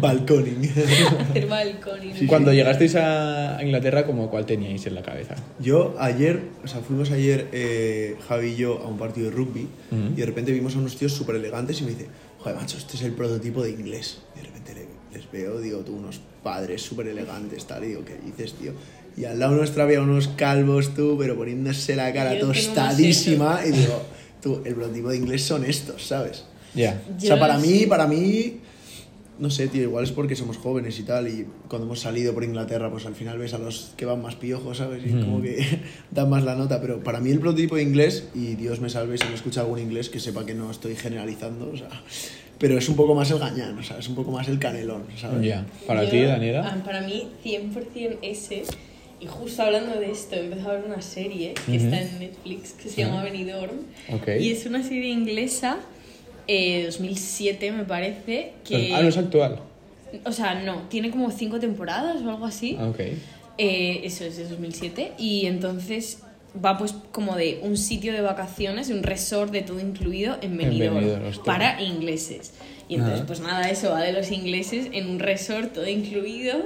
[SPEAKER 2] Balconing.
[SPEAKER 5] Hacer balconing.
[SPEAKER 1] Cuando llegasteis a Inglaterra, como cuál teníais en la cabeza?
[SPEAKER 2] Yo ayer, o sea, fuimos ayer eh, Javi y yo a un partido de rugby y de repente vimos a unos tíos súper elegantes y me dice, joder, macho, este es el prototipo de inglés. Y de repente le- les veo, digo, tú, unos padres súper elegantes, tal, y digo, ¿qué dices, tío? Y al lado nuestra había unos calvos, tú, pero poniéndose la cara
[SPEAKER 5] Yo tengo más
[SPEAKER 2] tostadísima y digo, tú, el prototipo de inglés son estos, ¿sabes?
[SPEAKER 1] Ya.
[SPEAKER 2] O sea,
[SPEAKER 5] Yo
[SPEAKER 2] para
[SPEAKER 5] no
[SPEAKER 2] mí,
[SPEAKER 5] sé.
[SPEAKER 2] para mí, no sé, tío, igual es porque somos jóvenes y tal, y cuando hemos salido por Inglaterra, pues al final ves a los que van más piojos, ¿sabes? Y como que dan más la nota, pero para mí el prototipo de inglés, y Dios me salve si me escucha algún inglés que sepa que no estoy generalizando, o sea, pero es un poco más el gañán, o sea, es un poco más el canelón, ¿sabes?
[SPEAKER 1] Ya. ¿Para
[SPEAKER 3] Yo-
[SPEAKER 1] ti, Daniela?
[SPEAKER 3] ah, Para mí, 100% ese. Y justo hablando de esto, empecé a ver una serie que
[SPEAKER 1] Ujú.
[SPEAKER 3] está en Netflix que se llama Benidorm.
[SPEAKER 1] Ok.
[SPEAKER 3] Y es una serie inglesa, eh, 2007 me parece, que...
[SPEAKER 1] Ah, no es actual.
[SPEAKER 3] O sea, no, tiene como cinco temporadas o algo así.
[SPEAKER 1] Ah, ok.
[SPEAKER 3] Eh, eso es de 2007. Y entonces va pues como de un sitio de vacaciones, un resort de todo incluido en Benidorm,
[SPEAKER 1] Benidorm, hostia.
[SPEAKER 3] para ingleses. Y entonces
[SPEAKER 1] Ajá.
[SPEAKER 3] pues nada, eso va de los ingleses en un resort todo incluido.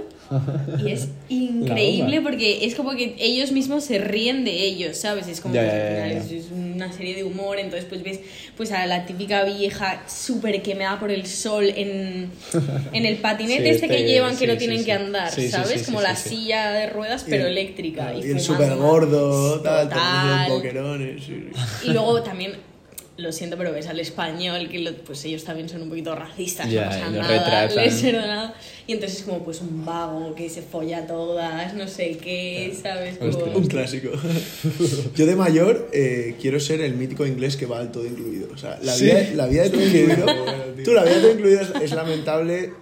[SPEAKER 3] Y es increíble porque es como que ellos mismos se ríen de ellos, ¿sabes? Es como
[SPEAKER 1] Ya,
[SPEAKER 3] que
[SPEAKER 1] ya, ya,
[SPEAKER 3] al
[SPEAKER 1] ya.
[SPEAKER 3] final es es una serie de humor, entonces pues ves pues a la típica vieja súper quemada por el sol en, en el patinete
[SPEAKER 1] Sí,
[SPEAKER 3] este que
[SPEAKER 1] este-
[SPEAKER 3] llevan que
[SPEAKER 1] sí,
[SPEAKER 3] no
[SPEAKER 1] sí,
[SPEAKER 3] tienen
[SPEAKER 1] sí.
[SPEAKER 3] que andar,
[SPEAKER 1] Sí, sí,
[SPEAKER 3] ¿sabes?
[SPEAKER 1] sí, sí,
[SPEAKER 3] Como
[SPEAKER 1] sí,
[SPEAKER 3] la
[SPEAKER 1] sí.
[SPEAKER 3] silla de ruedas pero
[SPEAKER 2] Y el-
[SPEAKER 3] eléctrica.
[SPEAKER 2] claro,
[SPEAKER 3] Y,
[SPEAKER 2] Y el
[SPEAKER 3] fumando.
[SPEAKER 2] súper gordo, tal,
[SPEAKER 3] Total.
[SPEAKER 2] con los boquerones. sí, sí.
[SPEAKER 3] Y luego también, lo siento, pero ves al español, que lo- pues ellos también son un poquito racistas,
[SPEAKER 1] Ya,
[SPEAKER 3] no pasa
[SPEAKER 1] y lo
[SPEAKER 3] nada,
[SPEAKER 1] retratan.
[SPEAKER 3] les perdonado. Y entonces es como pues un vago que se folla a todas, no sé qué, ¿sabes? Como-
[SPEAKER 1] Hostia.
[SPEAKER 2] Un clásico. Yo de mayor eh, quiero ser el mítico inglés que va al todo incluido. O sea, la,
[SPEAKER 1] Sí.
[SPEAKER 2] vida, la vida de todo incluido. tú, la vida de todo incluido es, es lamentable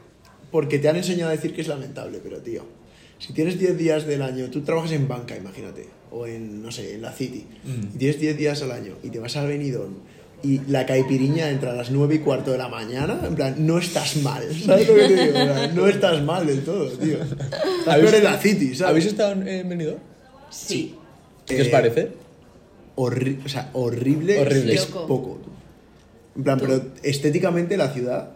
[SPEAKER 2] porque te han enseñado a decir que es lamentable, pero tío. Si tienes 10 días del año, tú trabajas en banca, imagínate, o en, no sé, en la City, y tienes 10 días al año y te vas al Benidorm y la caipiriña entra a las 9 y cuarto de la mañana, en plan, no estás mal, ¿sabes lo que te digo? En plan, No estás mal del todo, tío. Estás peor en la City, ¿sabes?
[SPEAKER 1] ¿Habéis estado en eh, Benidorm?
[SPEAKER 3] Sí.
[SPEAKER 1] ¿Qué os
[SPEAKER 2] Eh,
[SPEAKER 1] parece?
[SPEAKER 2] horri- o sea, horrible,
[SPEAKER 1] Horrible.
[SPEAKER 2] es
[SPEAKER 5] Loco.
[SPEAKER 2] poco. En plan, pero estéticamente la ciudad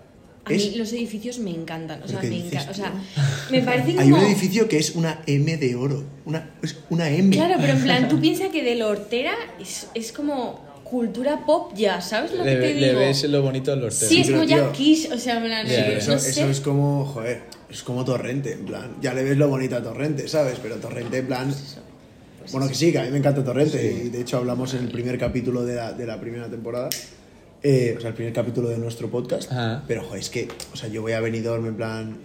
[SPEAKER 5] A mí
[SPEAKER 2] es...
[SPEAKER 5] los edificios me encantan. O
[SPEAKER 2] ¿Pero
[SPEAKER 5] sea,
[SPEAKER 2] qué
[SPEAKER 5] me
[SPEAKER 2] dices,
[SPEAKER 5] encantan. O sea,
[SPEAKER 3] Me parece como...
[SPEAKER 2] Hay un edificio que es una M de oro. Una, es una M.
[SPEAKER 5] claro, pero en plan, tú piensas que de la hortera es, es como cultura pop ya, ¿sabes lo
[SPEAKER 1] Le,
[SPEAKER 5] que te
[SPEAKER 1] le
[SPEAKER 5] digo?
[SPEAKER 1] ves lo bonito del norte.
[SPEAKER 5] Sí, es
[SPEAKER 2] pero,
[SPEAKER 5] como ya
[SPEAKER 2] tío,
[SPEAKER 5] Kish, o sea, en plan,
[SPEAKER 1] Sí, pero
[SPEAKER 5] no
[SPEAKER 2] Eso,
[SPEAKER 5] sé.
[SPEAKER 2] eso es como, joder, es como Torrente, en plan. Ya le ves lo bonita a Torrente, ¿sabes? Pero Torrente, en plan... Bueno, que sí, que a mí me encanta Torrente. Y de hecho hablamos en el primer capítulo de la, de la primera temporada. eh, o sea, el primer capítulo de nuestro podcast.
[SPEAKER 1] Ajá.
[SPEAKER 2] Pero, joder, es que, o sea, yo voy a Benidorm en plan...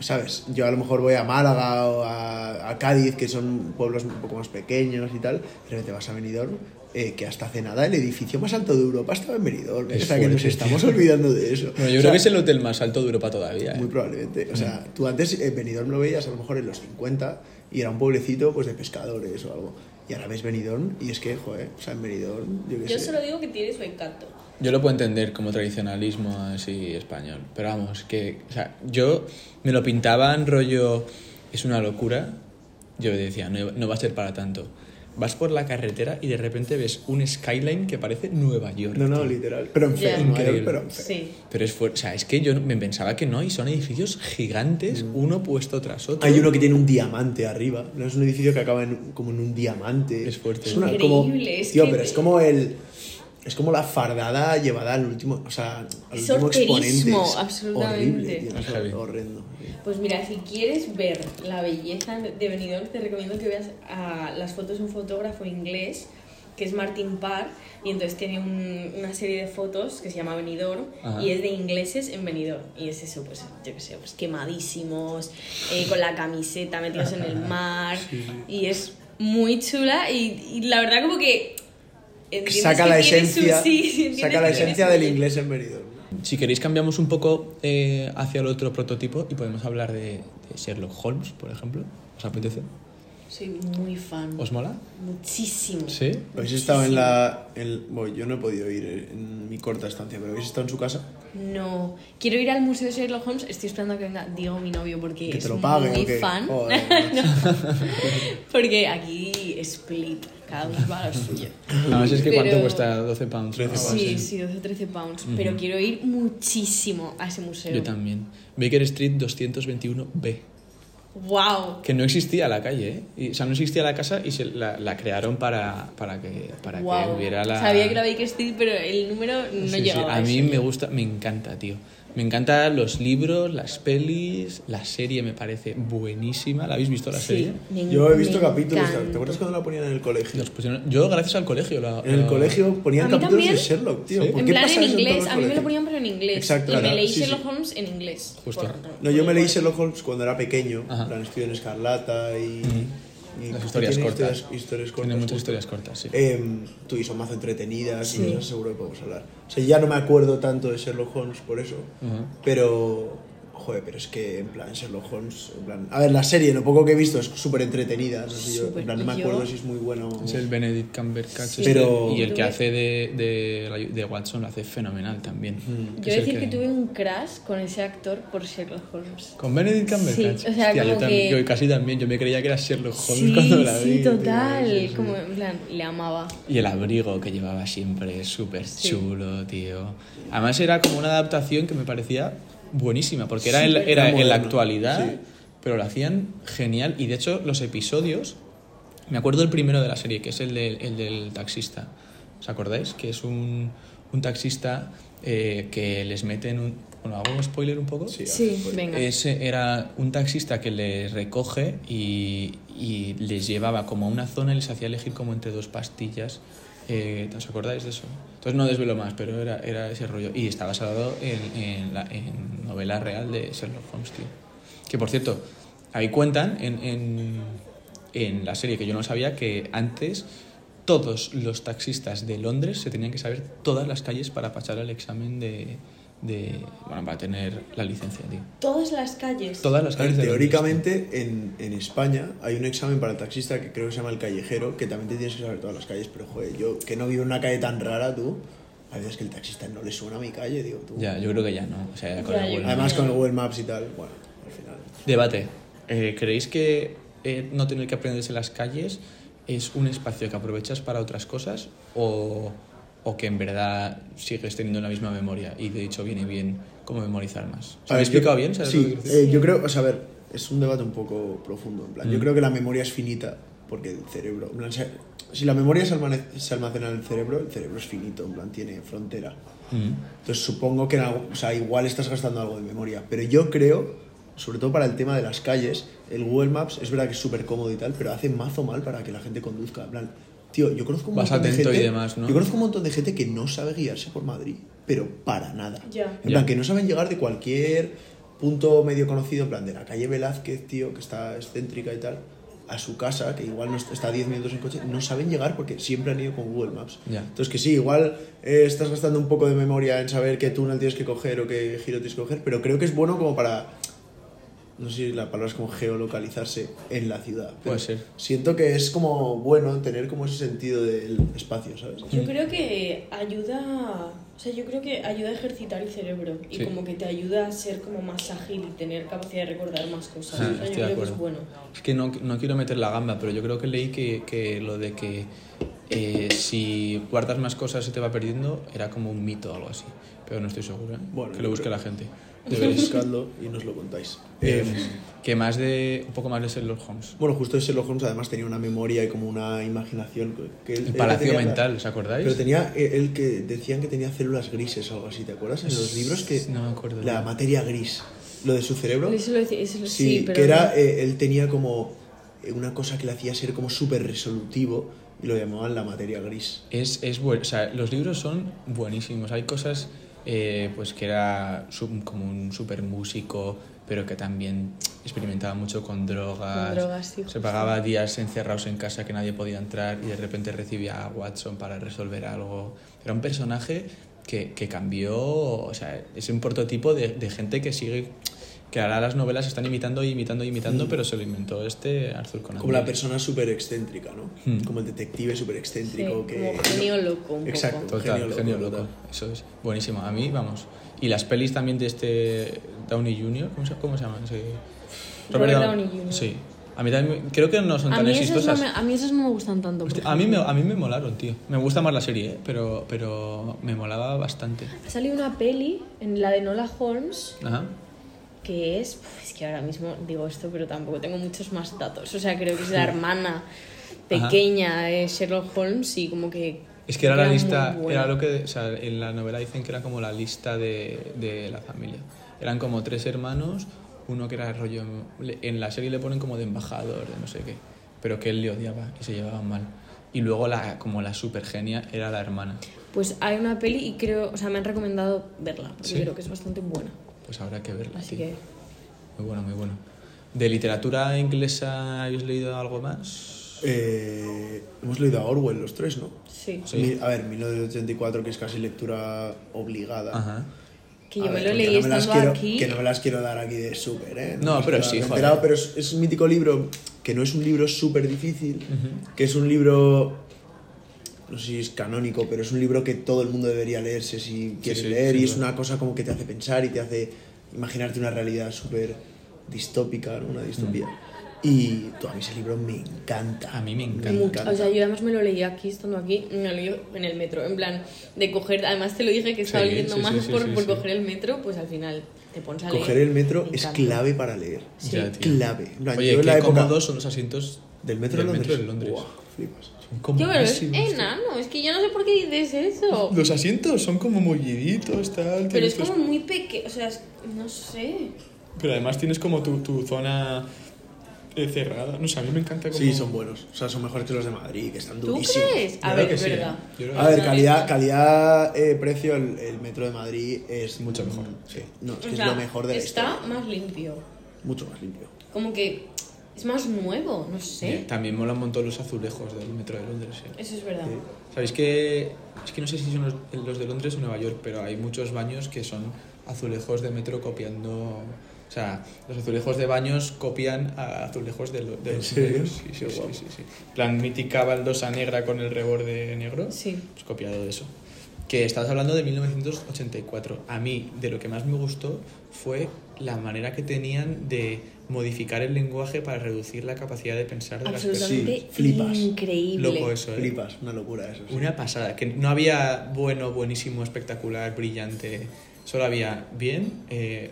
[SPEAKER 2] ¿Sabes? Yo a lo mejor voy a Málaga o a, a Cádiz, que son pueblos un poco más pequeños y tal. Pero te vas a Benidorm, eh, que hasta hace nada el edificio más alto de Europa estaba en Benidorm. ¿eh?
[SPEAKER 1] Es
[SPEAKER 2] o sea, que nos
[SPEAKER 1] fuerte,
[SPEAKER 2] estamos olvidando de eso.
[SPEAKER 1] Bueno, yo
[SPEAKER 2] O sea,
[SPEAKER 1] creo que es el hotel más alto de Europa todavía. ¿eh?
[SPEAKER 2] muy probablemente. O sea, tú antes eh, Benidorm lo veías a lo mejor en los 50 y era un pueblecito pues de pescadores o algo. Y ahora ves Benidorm y es que, joder, o sea, en Benidorm, yo qué
[SPEAKER 3] Yo
[SPEAKER 2] sé.
[SPEAKER 3] solo digo que tiene su encanto.
[SPEAKER 1] Yo lo puedo entender como tradicionalismo así español, pero vamos, que, o sea, yo me lo pintaban rollo, es una locura, yo decía, no, no va a ser para tanto. vas por la carretera y de repente ves un skyline que parece Nueva York.
[SPEAKER 2] No, no,
[SPEAKER 1] tío.
[SPEAKER 2] literal. Pero en
[SPEAKER 5] Ya.
[SPEAKER 2] fe, en Nueva York,
[SPEAKER 1] Increíble.
[SPEAKER 2] pero en fe.
[SPEAKER 5] Sí.
[SPEAKER 1] Pero es fuerte. O sea, es que yo me pensaba que no, y son edificios gigantes, uno puesto tras otro.
[SPEAKER 2] Hay uno que tiene un diamante arriba. No es un edificio que acaba en, un- como en un diamante.
[SPEAKER 1] Es fuerte.
[SPEAKER 2] Es una,
[SPEAKER 5] Increíble,
[SPEAKER 2] como,
[SPEAKER 5] es
[SPEAKER 2] tío,
[SPEAKER 5] que-
[SPEAKER 2] pero es como el. Es como la fardada llevada al último. O sea, al
[SPEAKER 5] Es
[SPEAKER 2] último exponente.
[SPEAKER 5] horterismo,
[SPEAKER 2] Es
[SPEAKER 5] absolutamente.
[SPEAKER 2] Horrible, tío, es
[SPEAKER 1] Es heavy.
[SPEAKER 2] horrendo.
[SPEAKER 5] Pues mira, si quieres ver la belleza de Benidorm, te recomiendo que veas a las fotos de un fotógrafo inglés que es Martin Parr y entonces tiene un- una serie de fotos que se llama Benidorm
[SPEAKER 1] Ajá.
[SPEAKER 5] y es de ingleses en Benidorm y es eso, pues yo qué sé, pues quemadísimos, eh, con la camiseta metidos en el mar y es muy chula y, y la verdad como que entiendes
[SPEAKER 2] Saca
[SPEAKER 5] que
[SPEAKER 2] la
[SPEAKER 5] tiene su-
[SPEAKER 2] esencia.
[SPEAKER 5] sí, entiendes
[SPEAKER 2] Saca la
[SPEAKER 5] que tiene
[SPEAKER 2] esencia
[SPEAKER 5] su
[SPEAKER 2] del
[SPEAKER 5] belleza.
[SPEAKER 2] inglés en Benidorm.
[SPEAKER 1] Si queréis cambiamos un poco eh, hacia el otro prototipo y podemos hablar de, de Sherlock Holmes, por ejemplo. ¿Os apetece?
[SPEAKER 5] Soy muy fan.
[SPEAKER 1] ¿Os mola?
[SPEAKER 5] Muchísimo.
[SPEAKER 1] ¿Sí?
[SPEAKER 2] Habéis estado en la. en- bueno, yo no he podido ir eh, en mi corta estancia, pero habéis estado en su casa.
[SPEAKER 5] No, quiero ir al Museo de Sherlock Holmes. Estoy esperando a que venga Diego, mi novio, porque
[SPEAKER 2] Que
[SPEAKER 5] es
[SPEAKER 2] te lo paguen.
[SPEAKER 5] muy
[SPEAKER 2] ¿o qué? Oh.
[SPEAKER 5] fan.
[SPEAKER 2] Joder, macho.
[SPEAKER 5] Porque aquí split, cada uno va a lo suyo.
[SPEAKER 1] No, si es que cuánto
[SPEAKER 5] Pero-
[SPEAKER 1] cuesta 12 pounds.
[SPEAKER 2] 13
[SPEAKER 1] algo
[SPEAKER 2] pounds.
[SPEAKER 1] así.
[SPEAKER 5] Sí, sí, 12 13 pounds. Pero quiero ir muchísimo a ese museo.
[SPEAKER 1] Yo también. Baker Street 221B.
[SPEAKER 5] ¡Wow!
[SPEAKER 1] Que no existía la calle, ¿eh? Y, o sea, no existía la casa y se la, la crearon para, para, que, para que hubiera la...
[SPEAKER 5] Sabía que era Baker Street, pero el número no
[SPEAKER 1] Sí, sí,
[SPEAKER 5] llegaba.
[SPEAKER 1] A mí
[SPEAKER 5] eso.
[SPEAKER 1] me gusta, me encanta, tío. Me encantan los libros, las pelis, la serie me parece buenísima. ¿La habéis visto la
[SPEAKER 5] Sí,
[SPEAKER 1] serie?
[SPEAKER 5] me-
[SPEAKER 2] Yo he visto
[SPEAKER 5] me
[SPEAKER 2] capítulos. ¿Te
[SPEAKER 5] encanta.
[SPEAKER 2] acuerdas cuando la ponían en el colegio?
[SPEAKER 1] Los pusieron- yo gracias al colegio. la-
[SPEAKER 2] En el
[SPEAKER 1] la-
[SPEAKER 2] colegio
[SPEAKER 5] A
[SPEAKER 2] ponían
[SPEAKER 5] mí
[SPEAKER 2] capítulos
[SPEAKER 5] también.
[SPEAKER 2] de Sherlock, tío.
[SPEAKER 1] Sí.
[SPEAKER 2] ¿Por
[SPEAKER 5] En
[SPEAKER 2] qué
[SPEAKER 5] plan
[SPEAKER 2] pasa
[SPEAKER 5] en
[SPEAKER 2] eso todos
[SPEAKER 5] inglés,
[SPEAKER 2] los
[SPEAKER 5] a mí me lo
[SPEAKER 2] colegios?
[SPEAKER 5] ponían pero en inglés.
[SPEAKER 2] Exacto,
[SPEAKER 5] y
[SPEAKER 2] claro,
[SPEAKER 5] me leí
[SPEAKER 2] sí, sí.
[SPEAKER 5] Sherlock Holmes en inglés.
[SPEAKER 1] Justo.
[SPEAKER 2] No, yo me leí
[SPEAKER 5] igual.
[SPEAKER 2] Sherlock Holmes cuando era pequeño.
[SPEAKER 1] Ajá.
[SPEAKER 2] La estudio en Escarlata y. y
[SPEAKER 1] Las historias
[SPEAKER 2] tiene
[SPEAKER 1] cortas.
[SPEAKER 2] Historias, historias cortas.
[SPEAKER 1] Tiene muchas
[SPEAKER 2] justo.
[SPEAKER 1] historias cortas, sí.
[SPEAKER 2] Em, tú y son más entretenidas
[SPEAKER 5] Sí.
[SPEAKER 2] y de esas seguro que podemos hablar. O sea, ya no me acuerdo tanto de Sherlock Holmes por eso,
[SPEAKER 1] Ujú.
[SPEAKER 2] pero. Joder, pero es que en plan Sherlock Holmes. En plan, a ver, la serie, lo poco que he visto es súper entretenida. No sé, yo, en
[SPEAKER 5] Súper.
[SPEAKER 2] plan, no me
[SPEAKER 5] Y yo-
[SPEAKER 2] acuerdo si es muy bueno.
[SPEAKER 1] Es el Benedict Cumberbatch
[SPEAKER 5] Sí.
[SPEAKER 1] este,
[SPEAKER 2] Pero-
[SPEAKER 1] y el que
[SPEAKER 5] Tuve-
[SPEAKER 1] hace de, de, la- de Watson lo hace fenomenal también.
[SPEAKER 2] Mm.
[SPEAKER 5] Yo
[SPEAKER 1] Es
[SPEAKER 5] voy a
[SPEAKER 1] el
[SPEAKER 5] decir que... tuve un crash con ese actor por Sherlock Holmes.
[SPEAKER 1] Con Benedict Cumberbatch.
[SPEAKER 5] Sí, o sea,
[SPEAKER 1] Hostia, yo,
[SPEAKER 5] como
[SPEAKER 1] también-
[SPEAKER 5] que-
[SPEAKER 1] yo casi también, yo me creía que era Sherlock Holmes
[SPEAKER 5] sí,
[SPEAKER 1] cuando la vi.
[SPEAKER 5] sí,
[SPEAKER 1] tío.
[SPEAKER 5] total. Como en plan, le amaba.
[SPEAKER 1] Y el abrigo que llevaba siempre, súper chulo, tío. Además era como una adaptación que me parecía buenísima, porque era, en, la-
[SPEAKER 2] Súper.
[SPEAKER 1] era
[SPEAKER 2] Era
[SPEAKER 1] en la
[SPEAKER 2] moderna,
[SPEAKER 1] actualidad,
[SPEAKER 2] sí.
[SPEAKER 1] pero lo hacían genial. Y de hecho los episodios, me acuerdo el primero de la serie, que es el del, el del taxista. ¿Os acordáis? Que es un, un taxista eh, que les meten un... Bueno, ¿hago un spoiler un poco?
[SPEAKER 2] Sí,
[SPEAKER 5] Sí,
[SPEAKER 2] pues,
[SPEAKER 5] venga.
[SPEAKER 1] Ese era un taxista que les recoge y, y les llevaba como a una zona y les hacía elegir como entre dos pastillas. Eh, ¿Os acordáis de eso? Entonces no desvelo más, pero era, era ese rollo. Y está basado en, en la en novela real de Sherlock Holmes, tío. Que por cierto, ahí cuentan en, en, en la serie que yo no sabía que antes todos los taxistas de Londres se tenían que saber todas las calles para pasar el examen de... de bueno, para tener la licencia, tío.
[SPEAKER 5] Todas las calles.
[SPEAKER 1] Todas las
[SPEAKER 2] A ver,
[SPEAKER 1] calles de
[SPEAKER 2] teóricamente en, en España hay un examen para el taxista que creo que se llama el callejero, que también te tienes que saber todas las calles, pero joder, yo que no vivo en una calle tan rara, tú, a veces que el taxista no le suena a mi calle, digo tú.
[SPEAKER 1] Londres. Ya, yo creo que ya no. O sea, ya con
[SPEAKER 5] Ya,
[SPEAKER 1] el
[SPEAKER 5] yo
[SPEAKER 1] Google
[SPEAKER 2] Además
[SPEAKER 1] Maps.
[SPEAKER 2] con el Google Maps y tal, bueno, al final.
[SPEAKER 1] Debate. Eh, ¿Creéis que eh, no tener que aprenderse las calles es un espacio que aprovechas para otras cosas o, o que en verdad sigues teniendo la misma memoria y de hecho viene bien como memorizar más? O sea,
[SPEAKER 2] A
[SPEAKER 1] ¿Me he
[SPEAKER 2] ver,
[SPEAKER 1] explicado
[SPEAKER 2] Eh, yo-
[SPEAKER 1] bien? ¿Sabes lo que
[SPEAKER 2] Sí,
[SPEAKER 1] quiero decir?
[SPEAKER 2] eh, yo creo, o sea, a ver, es un debate un poco profundo, en plan. Yo
[SPEAKER 1] Mm.
[SPEAKER 2] creo que la memoria es finita, porque el cerebro, en plan, se- si la memoria se almane- se almacena en el cerebro, el cerebro es finito, en plan, tiene frontera.
[SPEAKER 1] Mm.
[SPEAKER 2] Entonces supongo que en algo- o sea, igual estás gastando algo de memoria, pero yo creo, sobre todo para el tema de las calles, el Google Maps es verdad que es súper cómodo y tal, pero hace mazo mal para que la gente conduzca. En plan, tío, yo conozco un
[SPEAKER 1] Vas
[SPEAKER 2] montón de
[SPEAKER 1] atento y
[SPEAKER 2] gente,
[SPEAKER 1] demás, ¿no?
[SPEAKER 2] yo conozco un montón de gente que no sabe guiarse por Madrid, pero para nada.
[SPEAKER 5] Ya.
[SPEAKER 1] Ya.
[SPEAKER 2] En plan que no saben llegar de cualquier punto medio conocido, en plan de la calle Velázquez, tío, que está excéntrica y tal. A su casa, que igual no est- está a 10 minutos en coche, no saben llegar porque siempre han ido con Google Maps.
[SPEAKER 1] Ya.
[SPEAKER 2] Entonces que sí, igual eh, estás gastando un poco de memoria en saber qué túnel tienes que coger o qué giro tienes que coger, pero creo que es bueno como para, no sé si la palabra es como geolocalizarse en la ciudad. pero
[SPEAKER 1] Puede ser.
[SPEAKER 2] Siento que es
[SPEAKER 1] Mm.
[SPEAKER 2] como bueno tener como ese sentido del espacio, ¿sabes?
[SPEAKER 5] Yo creo que ayuda
[SPEAKER 6] O sea, yo creo que ayuda a ejercitar el cerebro y
[SPEAKER 1] Sí.
[SPEAKER 6] como que te ayuda a ser como más ágil y tener capacidad de recordar más cosas.
[SPEAKER 1] Sí,
[SPEAKER 6] O sea, yo
[SPEAKER 1] Ah, estoy de
[SPEAKER 6] creo que es
[SPEAKER 1] acuerdo.
[SPEAKER 6] bueno.
[SPEAKER 1] Es que no, no quiero meter la gamba, pero yo creo que leí que, que lo de que eh, si guardas más cosas se te va perdiendo era como un mito o algo así. Pero no estoy seguro, ¿eh?
[SPEAKER 7] Bueno,
[SPEAKER 1] que
[SPEAKER 7] yo
[SPEAKER 1] lo busque
[SPEAKER 7] creo-
[SPEAKER 1] la gente. Deberéis.
[SPEAKER 2] Buscadlo y nos lo contáis.
[SPEAKER 1] Eh,
[SPEAKER 2] Em,
[SPEAKER 1] que más de. Un poco más de Sherlock Holmes.
[SPEAKER 2] Bueno, justo Sherlock Holmes además tenía una memoria y como una imaginación. Que él-
[SPEAKER 1] El
[SPEAKER 2] él
[SPEAKER 1] palacio
[SPEAKER 2] tenía la-
[SPEAKER 1] mental, ¿os acordáis?
[SPEAKER 2] Pero tenía eh, él que decían que tenía células grises o algo así, ¿te acuerdas? En los libros que
[SPEAKER 1] No me acuerdo.
[SPEAKER 2] la materia gris, lo de su cerebro.
[SPEAKER 5] Eso lo decía- eso lo-
[SPEAKER 2] Sí,
[SPEAKER 5] sí, pero
[SPEAKER 2] que era eh, él tenía como eh, una cosa que le hacía ser como súper resolutivo y lo llamaban la materia gris.
[SPEAKER 1] Es, es bueno, o sea, los libros son buenísimos. Hay cosas eh, pues que era su- como un super músico, pero que también experimentaba mucho con drogas.
[SPEAKER 5] Con drogas, sí,
[SPEAKER 1] Se
[SPEAKER 5] justo.
[SPEAKER 1] pagaba días encerrados en casa que nadie podía entrar y de repente recibía a Watson para resolver algo. Era un personaje que, que cambió, o sea, es un prototipo de, de gente que sigue, que ahora las novelas están imitando y imitando y imitando, pero se lo inventó este Arthur Conan
[SPEAKER 2] Como la
[SPEAKER 1] Doyle.
[SPEAKER 2] persona súper excéntrica, ¿no?
[SPEAKER 1] Hmm.
[SPEAKER 2] Como el detective súper
[SPEAKER 5] Sí,
[SPEAKER 2] excéntrico. que...
[SPEAKER 5] como genio loco un
[SPEAKER 2] Exacto.
[SPEAKER 5] poco.
[SPEAKER 1] Total,
[SPEAKER 2] Genio
[SPEAKER 1] genio, loco.
[SPEAKER 2] loco, total.
[SPEAKER 1] Eso es. Buenísimo. A mí, vamos. Y las pelis también de este Downey Jr., ¿cómo se, cómo se llama? Sí.
[SPEAKER 5] Robert Downey Jr..
[SPEAKER 1] Sí. A mí también, me- creo que no son
[SPEAKER 5] A
[SPEAKER 1] tan
[SPEAKER 5] mí, esos no
[SPEAKER 1] exitosas.
[SPEAKER 5] me, a mí esos no me gustan tanto. por
[SPEAKER 1] Hostia, A mí, me,
[SPEAKER 5] ejemplo.
[SPEAKER 1] a mí me molaron, tío. Me gusta más la serie, ¿eh? pero, pero me molaba bastante.
[SPEAKER 5] Ha salido una peli, en la de Nola Holmes,
[SPEAKER 1] Ajá.
[SPEAKER 5] que es. Uf, Es que ahora mismo digo esto, pero tampoco tengo muchos más datos. O sea, creo que es la hermana pequeña de Sherlock Holmes y como que.
[SPEAKER 1] Es que era la
[SPEAKER 5] muy
[SPEAKER 1] lista,
[SPEAKER 5] buena.
[SPEAKER 1] era lo que, o sea, en la novela dicen que era como la lista de, de la familia. Eran como tres hermanos, uno que era rollo, le- en la serie le ponen como de embajador, de no sé qué, pero que él le odiaba y se llevaban mal. Y luego la, como la super genia era la hermana.
[SPEAKER 5] Pues hay una peli y creo. O sea, me han recomendado verla, porque
[SPEAKER 1] Sí.
[SPEAKER 5] creo que es bastante buena.
[SPEAKER 1] Pues habrá que verla.
[SPEAKER 5] Así
[SPEAKER 1] tío.
[SPEAKER 5] que.
[SPEAKER 1] Muy bueno, muy bueno. ¿De literatura inglesa habéis leído algo más?
[SPEAKER 2] Eh, hemos leído a Orwell los tres, ¿no?
[SPEAKER 5] Sí.
[SPEAKER 1] Sí.
[SPEAKER 2] Mi- A ver, 1984, que es casi lectura obligada.
[SPEAKER 1] Ajá.
[SPEAKER 5] Que
[SPEAKER 2] A
[SPEAKER 5] yo me
[SPEAKER 2] ver,
[SPEAKER 5] lo
[SPEAKER 2] porque
[SPEAKER 5] leí
[SPEAKER 2] no me las
[SPEAKER 5] estando
[SPEAKER 2] quiero-
[SPEAKER 5] aquí.
[SPEAKER 2] Que no me las quiero dar aquí de súper, ¿eh?
[SPEAKER 1] No,
[SPEAKER 2] las
[SPEAKER 1] pero
[SPEAKER 2] quiero
[SPEAKER 1] sí,
[SPEAKER 2] dar de
[SPEAKER 1] joder.
[SPEAKER 2] enterado, pero es, es un mítico libro que no es un libro súper difícil, que es un libro. No sé si es canónico, pero es un libro que todo el mundo debería leerse si quieres
[SPEAKER 1] sí,
[SPEAKER 2] leer.
[SPEAKER 1] sin
[SPEAKER 2] y es
[SPEAKER 1] duda.
[SPEAKER 2] una cosa como que te hace pensar y te hace imaginarte una realidad súper distópica, ¿no? una distopía. Y tú, a mí ese libro me encanta.
[SPEAKER 1] A mí me encanta.
[SPEAKER 5] Mucho. O sea, yo además me lo leí aquí, estando aquí, me lo leí en el metro, en plan, de coger, además te lo dije que estaba
[SPEAKER 1] Sí,
[SPEAKER 5] leyendo
[SPEAKER 1] sí, sí,
[SPEAKER 5] más
[SPEAKER 1] sí,
[SPEAKER 5] por,
[SPEAKER 1] sí,
[SPEAKER 5] por
[SPEAKER 1] sí.
[SPEAKER 5] coger el metro, pues al final te pones a leer.
[SPEAKER 2] Coger el metro
[SPEAKER 5] Me
[SPEAKER 2] es
[SPEAKER 5] encanta.
[SPEAKER 2] clave para leer.
[SPEAKER 5] Sí.
[SPEAKER 1] Ya, tío.
[SPEAKER 2] Clave. En plan,
[SPEAKER 1] Oye,
[SPEAKER 2] yo en la
[SPEAKER 1] qué
[SPEAKER 2] época-
[SPEAKER 1] cómodos son los asientos
[SPEAKER 2] Del metro
[SPEAKER 1] del
[SPEAKER 2] de Londres.
[SPEAKER 1] metro de Londres.
[SPEAKER 2] Buah, flipas.
[SPEAKER 1] Son
[SPEAKER 5] Yo, pero es
[SPEAKER 1] comodísimos, tío.
[SPEAKER 5] enano, es que yo no sé por qué dices eso.
[SPEAKER 1] Los asientos son como mulliditos, tal.
[SPEAKER 5] Pero
[SPEAKER 1] tienes
[SPEAKER 5] es
[SPEAKER 1] tu
[SPEAKER 5] como muy pequeño, o sea, es- no sé.
[SPEAKER 1] esp- pero además tienes como tu, tu zona eh, cerrada. No sé, a mí me encanta como.
[SPEAKER 2] Sí, son buenos. O sea, son mejores que los de Madrid, que están
[SPEAKER 5] ¿Tú
[SPEAKER 2] durísimos.
[SPEAKER 5] crees? A
[SPEAKER 1] Yo creo
[SPEAKER 5] ver,
[SPEAKER 1] que
[SPEAKER 5] es
[SPEAKER 1] sí,
[SPEAKER 5] verdad.
[SPEAKER 1] ¿eh? Yo creo que
[SPEAKER 2] A ver, calidad, calidad eh, precio, el, el metro de Madrid es.
[SPEAKER 1] Mucho mejor,
[SPEAKER 2] mm,
[SPEAKER 1] sí.
[SPEAKER 2] No, es que
[SPEAKER 5] O
[SPEAKER 2] es
[SPEAKER 5] sea,
[SPEAKER 2] lo mejor de la
[SPEAKER 5] Está
[SPEAKER 2] historia.
[SPEAKER 5] más limpio,
[SPEAKER 2] Mucho más limpio.
[SPEAKER 5] como que es más nuevo, no
[SPEAKER 1] Eh,
[SPEAKER 5] sé.
[SPEAKER 1] También mola un montón los azulejos del metro de Londres. eh.
[SPEAKER 5] Eso es verdad.
[SPEAKER 1] ¿Sabéis que.? Es que no sé si son los, los de Londres o Nueva York, pero hay muchos baños que son azulejos de metro copiando. O sea, los azulejos de baños copian a azulejos de, lo- de los metros. Sí, sí, sí, sí, sí. Plan mítica baldosa negra con el reborde negro.
[SPEAKER 5] Sí.
[SPEAKER 1] pues, copiado de eso. Que estabas hablando de 1984. A mí, de lo que más me gustó fue la manera que tenían de modificar el lenguaje para reducir la capacidad de pensar de las personas.
[SPEAKER 2] Sí,
[SPEAKER 5] Absolutamente
[SPEAKER 2] flipas.
[SPEAKER 5] increíble.
[SPEAKER 1] Loco eso, ¿eh?
[SPEAKER 2] Flipas, una locura eso. sí.
[SPEAKER 1] Una pasada. Que no había bueno, buenísimo, espectacular, brillante. Solo había bien, eh,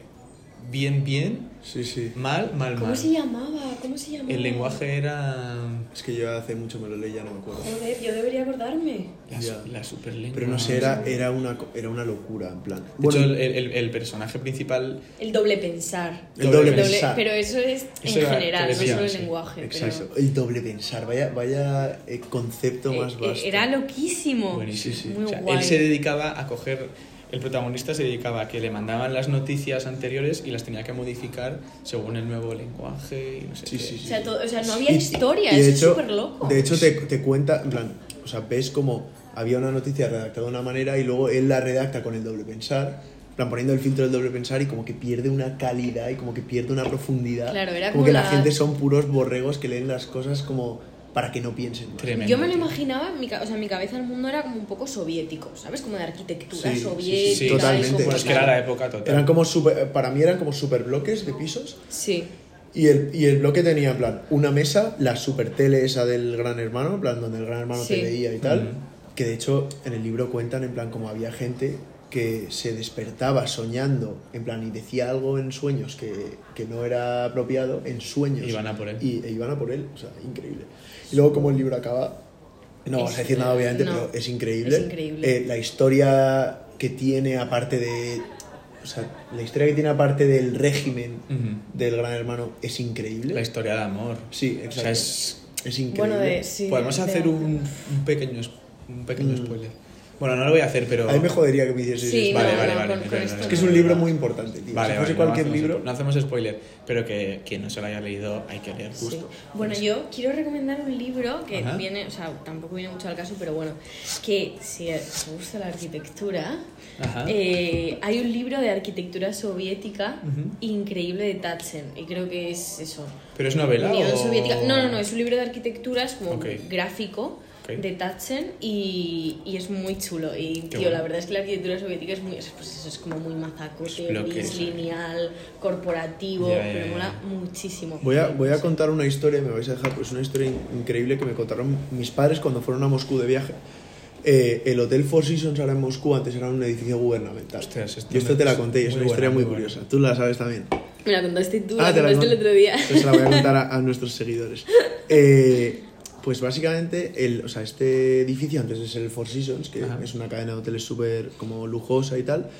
[SPEAKER 1] bien, bien,
[SPEAKER 2] Sí, sí.
[SPEAKER 1] mal, mal,
[SPEAKER 5] ¿Cómo
[SPEAKER 1] mal.
[SPEAKER 5] se llamaba? ¿Cómo se llamaba?
[SPEAKER 1] El lenguaje era
[SPEAKER 2] Es que yo hace mucho me lo leí, ya no me acuerdo.
[SPEAKER 5] Joder, yo debería acordarme.
[SPEAKER 1] la,
[SPEAKER 2] Ya.
[SPEAKER 1] la superlengua.
[SPEAKER 2] Pero no sé, era, era, una, co- era una locura, en plan.
[SPEAKER 1] De hecho, el- el- el personaje principal
[SPEAKER 5] El doble pensar.
[SPEAKER 2] El doble
[SPEAKER 5] Doble-
[SPEAKER 2] pensar.
[SPEAKER 5] pero eso es
[SPEAKER 1] Eso
[SPEAKER 5] en
[SPEAKER 1] era
[SPEAKER 5] general, no
[SPEAKER 1] televisión,
[SPEAKER 5] solo el
[SPEAKER 1] sí.
[SPEAKER 5] lenguaje.
[SPEAKER 2] Exacto. El doble pensar, vaya, vaya eh, concepto
[SPEAKER 5] Pero, Eh,
[SPEAKER 2] más
[SPEAKER 5] eh,
[SPEAKER 2] vasto.
[SPEAKER 5] era loquísimo.
[SPEAKER 1] Buenísimo.
[SPEAKER 2] Sí, sí.
[SPEAKER 5] Muy
[SPEAKER 1] O sea,
[SPEAKER 5] guay.
[SPEAKER 1] él se dedicaba a coger, el protagonista se dedicaba a que le mandaban las noticias anteriores y las tenía que modificar según el nuevo lenguaje y no sé
[SPEAKER 2] Sí,
[SPEAKER 1] qué.
[SPEAKER 2] sí, sí.
[SPEAKER 5] O sea, todo- o sea, no había
[SPEAKER 2] Y-
[SPEAKER 5] historia,
[SPEAKER 2] y de
[SPEAKER 5] eso
[SPEAKER 2] hecho-
[SPEAKER 5] es súper loco.
[SPEAKER 2] De hecho, te, te cuenta, en plan, o sea, ves como había una noticia redactada de una manera y luego él la redacta con el doble pensar, en plan, poniendo el filtro del doble pensar y como que pierde una calidad y como que pierde una profundidad.
[SPEAKER 5] Claro, era
[SPEAKER 2] como
[SPEAKER 5] como
[SPEAKER 2] que la
[SPEAKER 5] la-
[SPEAKER 2] gente son puros borregos que leen las cosas como para que no piensen más.
[SPEAKER 1] Tremendo.
[SPEAKER 5] Yo me lo
[SPEAKER 1] tío.
[SPEAKER 5] imaginaba, en mi, ca- o sea, en mi cabeza el mundo era como un poco soviético, ¿sabes? Como de arquitectura
[SPEAKER 2] Sí, sí, sí,
[SPEAKER 5] soviética.
[SPEAKER 1] sí,
[SPEAKER 5] y
[SPEAKER 2] totalmente.
[SPEAKER 5] como-
[SPEAKER 2] Bueno,
[SPEAKER 1] Pues que era la época total.
[SPEAKER 2] Eran como super, para mí eran como super bloques de pisos
[SPEAKER 5] Sí.
[SPEAKER 2] y el, y el bloque tenía en plan una mesa, la super tele esa del gran hermano, en plan donde el gran hermano te
[SPEAKER 5] Sí.
[SPEAKER 2] veía y tal, que de hecho en el libro cuentan en plan como había gente que se despertaba soñando, en plan y decía algo en sueños que, que no era apropiado, en sueños.
[SPEAKER 1] Iban a por él.
[SPEAKER 2] Y, e iban a por él, o sea, increíble. Y luego como el libro acaba, no
[SPEAKER 5] Es-
[SPEAKER 2] vamos a decir nada obviamente,
[SPEAKER 5] no.
[SPEAKER 2] pero es increíble.
[SPEAKER 5] Es increíble.
[SPEAKER 2] Eh, la historia que tiene aparte de... O sea, la historia que tiene aparte del régimen
[SPEAKER 1] Ujú.
[SPEAKER 2] del Gran Hermano es increíble.
[SPEAKER 1] La historia de amor.
[SPEAKER 2] Sí, exacto.
[SPEAKER 1] O sea, es-
[SPEAKER 2] Es increíble.
[SPEAKER 5] Bueno, de, sí,
[SPEAKER 1] Podemos
[SPEAKER 5] de-
[SPEAKER 1] hacer
[SPEAKER 5] de-
[SPEAKER 1] un, un pequeño, es- un pequeño
[SPEAKER 2] Mm.
[SPEAKER 1] spoiler. Bueno, no lo voy a hacer, pero.
[SPEAKER 2] A mí me jodería que me hicieses
[SPEAKER 5] Sí,
[SPEAKER 2] eso.
[SPEAKER 1] Vale,
[SPEAKER 5] no,
[SPEAKER 1] vale,
[SPEAKER 5] no,
[SPEAKER 1] vale.
[SPEAKER 5] con-
[SPEAKER 1] me
[SPEAKER 5] con
[SPEAKER 1] creo,
[SPEAKER 5] esto
[SPEAKER 1] no,
[SPEAKER 2] Es
[SPEAKER 1] no,
[SPEAKER 2] que es
[SPEAKER 1] no,
[SPEAKER 2] un
[SPEAKER 1] no,
[SPEAKER 2] libro
[SPEAKER 1] no.
[SPEAKER 2] muy importante,
[SPEAKER 1] Vale,
[SPEAKER 2] tío. si
[SPEAKER 1] vale,
[SPEAKER 2] fuese
[SPEAKER 1] no
[SPEAKER 2] cualquier
[SPEAKER 1] hacemos-
[SPEAKER 2] libro.
[SPEAKER 1] No hacemos spoiler, pero que quien no se lo haya leído hay que leer
[SPEAKER 5] Sí.
[SPEAKER 1] justo. Pues,
[SPEAKER 5] Bueno, yo quiero recomendar un libro que
[SPEAKER 1] Ajá.
[SPEAKER 5] viene, o sea, tampoco viene mucho al caso, pero bueno, que si os gusta la arquitectura,
[SPEAKER 1] Ajá.
[SPEAKER 5] eh, hay un libro de arquitectura soviética
[SPEAKER 1] Ujú.
[SPEAKER 5] increíble de Tatsen, y creo que es eso.
[SPEAKER 1] ¿Pero es novela
[SPEAKER 5] Unión
[SPEAKER 1] o...?
[SPEAKER 5] Soviética. No, no, no, es un libro de arquitectura, es como
[SPEAKER 1] Ok.
[SPEAKER 5] gráfico
[SPEAKER 1] Ok.
[SPEAKER 5] de Tatsen y, y es muy chulo. Y
[SPEAKER 1] Qué
[SPEAKER 5] tío,
[SPEAKER 1] bueno.
[SPEAKER 5] la verdad es que la arquitectura soviética es muy, es- pues eso, es como muy mazacote,
[SPEAKER 1] Es bloque,
[SPEAKER 5] gris,
[SPEAKER 1] sí.
[SPEAKER 5] lineal, corporativo,
[SPEAKER 1] Ya, ya,
[SPEAKER 5] pero
[SPEAKER 1] ya.
[SPEAKER 5] mola muchísimo.
[SPEAKER 2] Voy a, voy a contar una historia, me vais a dejar, es una historia in- increíble que me contaron mis padres cuando fueron a Moscú de viaje. Eh, el Hotel Four Seasons ahora en Moscú antes era un edificio gubernamental.
[SPEAKER 1] Hostias, esto
[SPEAKER 2] Yo esto
[SPEAKER 1] me-
[SPEAKER 2] te la conté y es
[SPEAKER 1] muy
[SPEAKER 2] una historia
[SPEAKER 1] buena,
[SPEAKER 2] muy
[SPEAKER 1] muy buena.
[SPEAKER 2] curiosa. Tú la sabes también.
[SPEAKER 5] Me la contaste tú,
[SPEAKER 2] Ah,
[SPEAKER 5] la
[SPEAKER 2] te la
[SPEAKER 5] contaste el
[SPEAKER 2] con-
[SPEAKER 5] otro día.
[SPEAKER 2] Pues la voy a contar a, a nuestros seguidores. Eh, pues básicamente, el, o sea, este edificio antes es el Four Seasons, que
[SPEAKER 1] Ajá.
[SPEAKER 2] es una cadena de hoteles súper como lujosa y tal,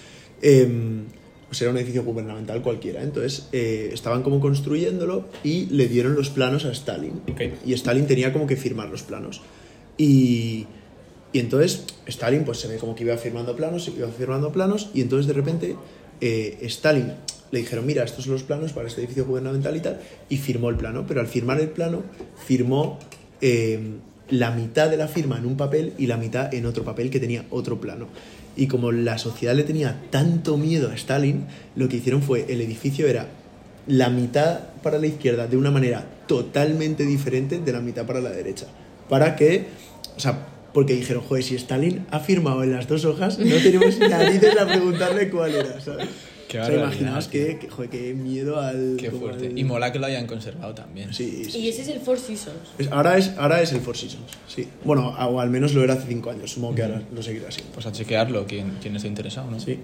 [SPEAKER 2] em, pues era un edificio gubernamental cualquiera. Entonces eh, estaban como construyéndolo y le dieron los planos a Stalin.
[SPEAKER 1] Ok.
[SPEAKER 2] Y Stalin tenía como que firmar los planos. Y, y entonces Stalin pues se ve como que iba firmando planos, iba firmando planos y entonces de repente eh, Stalin le dijeron, mira, estos son los planos para este edificio gubernamental y tal, y firmó el plano, pero al firmar el plano firmó eh, la mitad de la firma en un papel y la mitad en otro papel que tenía otro plano. Y como la sociedad le tenía tanto miedo a Stalin, lo que hicieron fue, el edificio era la mitad para la izquierda de una manera totalmente diferente de la mitad para la derecha. Para que, o sea, porque dijeron, joder, si Stalin ha firmado en las dos hojas, no tenemos narices a preguntarle cuál era, ¿sabes?
[SPEAKER 1] Qué
[SPEAKER 2] o sea,
[SPEAKER 1] barbaridad,
[SPEAKER 2] imaginaos
[SPEAKER 1] tío.
[SPEAKER 2] que, que, joder, qué miedo al...
[SPEAKER 1] Qué
[SPEAKER 2] como
[SPEAKER 1] fuerte.
[SPEAKER 2] al-
[SPEAKER 1] Y mola que lo hayan conservado también.
[SPEAKER 2] Sí, sí,
[SPEAKER 5] Y ese es el Four Seasons.
[SPEAKER 2] Es- ahora, es, ahora es el Four Seasons, sí. Bueno, a- o al menos lo era hace cinco años, supongo que ahora lo seguirá siendo.
[SPEAKER 1] Pues a chequearlo, quien, quien esté interesado, ¿no?
[SPEAKER 2] Sí.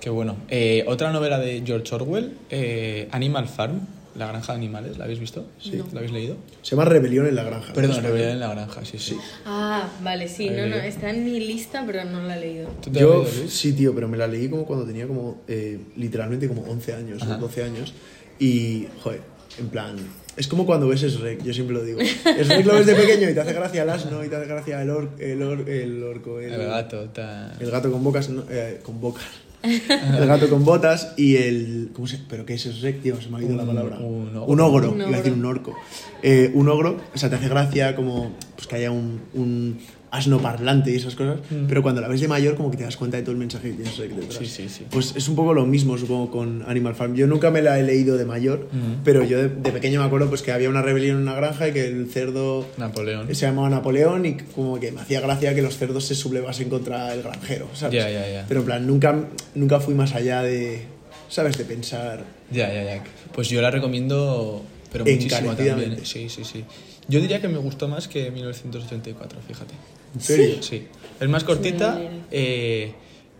[SPEAKER 1] Qué bueno. Eh, otra novela de George Orwell, eh, Animal Farm, La granja de animales, ¿la habéis visto?
[SPEAKER 2] Sí.
[SPEAKER 1] ¿La habéis leído?
[SPEAKER 2] Se llama Rebelión en la Granja.
[SPEAKER 1] Perdón,
[SPEAKER 2] Es-
[SPEAKER 1] Rebelión en la granja, sí, sí.
[SPEAKER 5] Ah, vale, sí,
[SPEAKER 1] A
[SPEAKER 5] no,
[SPEAKER 1] ver,
[SPEAKER 5] no,
[SPEAKER 1] leí.
[SPEAKER 5] está en mi lista, pero no la he leído.
[SPEAKER 1] ¿Tú te la
[SPEAKER 2] Yo,
[SPEAKER 1] has leído, Luis?
[SPEAKER 2] sí, tío, pero me la leí como cuando tenía como, eh, literalmente como 11 años,
[SPEAKER 1] Ajá.
[SPEAKER 2] o 12 años. Y, joder, en plan, es como cuando ves Shrek, yo siempre lo digo. Shrek lo ves de pequeño y te hace gracia el asno, y te hace gracia el, or- el, or- el orco, el,
[SPEAKER 1] El gato, ta-
[SPEAKER 2] el gato con bocas, no, eh, con boca.
[SPEAKER 1] Ah.
[SPEAKER 2] El gato con botas y el... ¿Cómo se...? ¿Pero qué es Shrek, tío? Se me ha ido la
[SPEAKER 1] Un-
[SPEAKER 2] palabra.
[SPEAKER 1] un ogro.
[SPEAKER 2] Un ogro,
[SPEAKER 5] Un
[SPEAKER 2] iba a decir
[SPEAKER 5] ogro.
[SPEAKER 2] un orco. Eh, un ogro, o sea, te hace gracia como pues, que haya un, un asno parlante y esas cosas, pero cuando la ves de mayor como que te das cuenta de todo el mensaje que tiene Shrek detrás.
[SPEAKER 1] Mm. Sí, sí, sí.
[SPEAKER 2] Pues es un poco lo mismo, supongo, con Animal Farm. Yo nunca me la he leído de mayor,
[SPEAKER 1] Mm.
[SPEAKER 2] pero yo de, de pequeño me acuerdo pues que había una rebelión en una granja y que el cerdo...
[SPEAKER 1] Napoleón.
[SPEAKER 2] Se llamaba Napoleón y como que me hacía gracia que los cerdos se sublevasen contra el granjero, ¿sabes?
[SPEAKER 1] Ya, ya, ya.
[SPEAKER 2] Pero en plan, nunca, nunca fui más allá de, ¿sabes? De pensar.
[SPEAKER 1] Ya, ya, ya. Pues yo la recomiendo, pero muchísimo
[SPEAKER 2] Encarecidamente.
[SPEAKER 1] también. Sí, sí, sí. Yo diría que me gustó más que 1984, fíjate.
[SPEAKER 2] ¿En serio?
[SPEAKER 1] Sí. Es más cortita eh,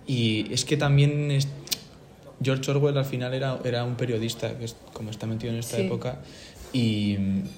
[SPEAKER 1] y es que también es- George Orwell al final era, era un periodista, que es- como está metido en esta
[SPEAKER 5] Sí.
[SPEAKER 1] época, y,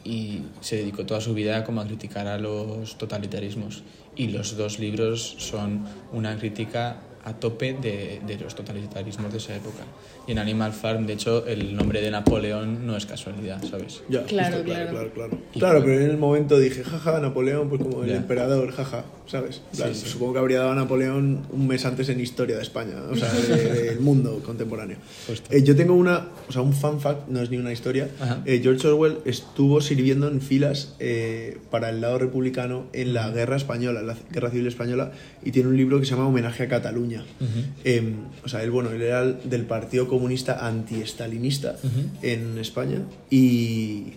[SPEAKER 1] y se dedicó toda su vida como a criticar a los totalitarismos. Y los dos libros son una crítica a tope de, de los totalitarismos de esa época. Y en Animal Farm, de hecho, el nombre de Napoleón no es casualidad, ¿sabes?
[SPEAKER 2] Ya,
[SPEAKER 5] Claro,
[SPEAKER 2] claro,
[SPEAKER 5] claro.
[SPEAKER 2] claro, claro.
[SPEAKER 1] Y-
[SPEAKER 2] Claro, pero en el momento dije, jaja, Napoleón, pues como el
[SPEAKER 1] Ya.
[SPEAKER 2] emperador, jaja, ¿sabes? En plan,
[SPEAKER 1] Sí, sí.
[SPEAKER 2] Supongo que habría dado a Napoleón un mes antes en historia de España, o sea, de- del mundo contemporáneo.
[SPEAKER 1] Justo.
[SPEAKER 2] Eh, yo tengo una, o sea, un fun fact, no es ni una historia.
[SPEAKER 1] Ajá.
[SPEAKER 2] Eh, George Orwell estuvo sirviendo en filas eh, para el lado republicano en la guerra española, en la guerra civil española, y tiene un libro que se llama Homenaje a Cataluña. Eh, o sea, él, bueno, él era del Partido Comunista Antiestalinista en España y,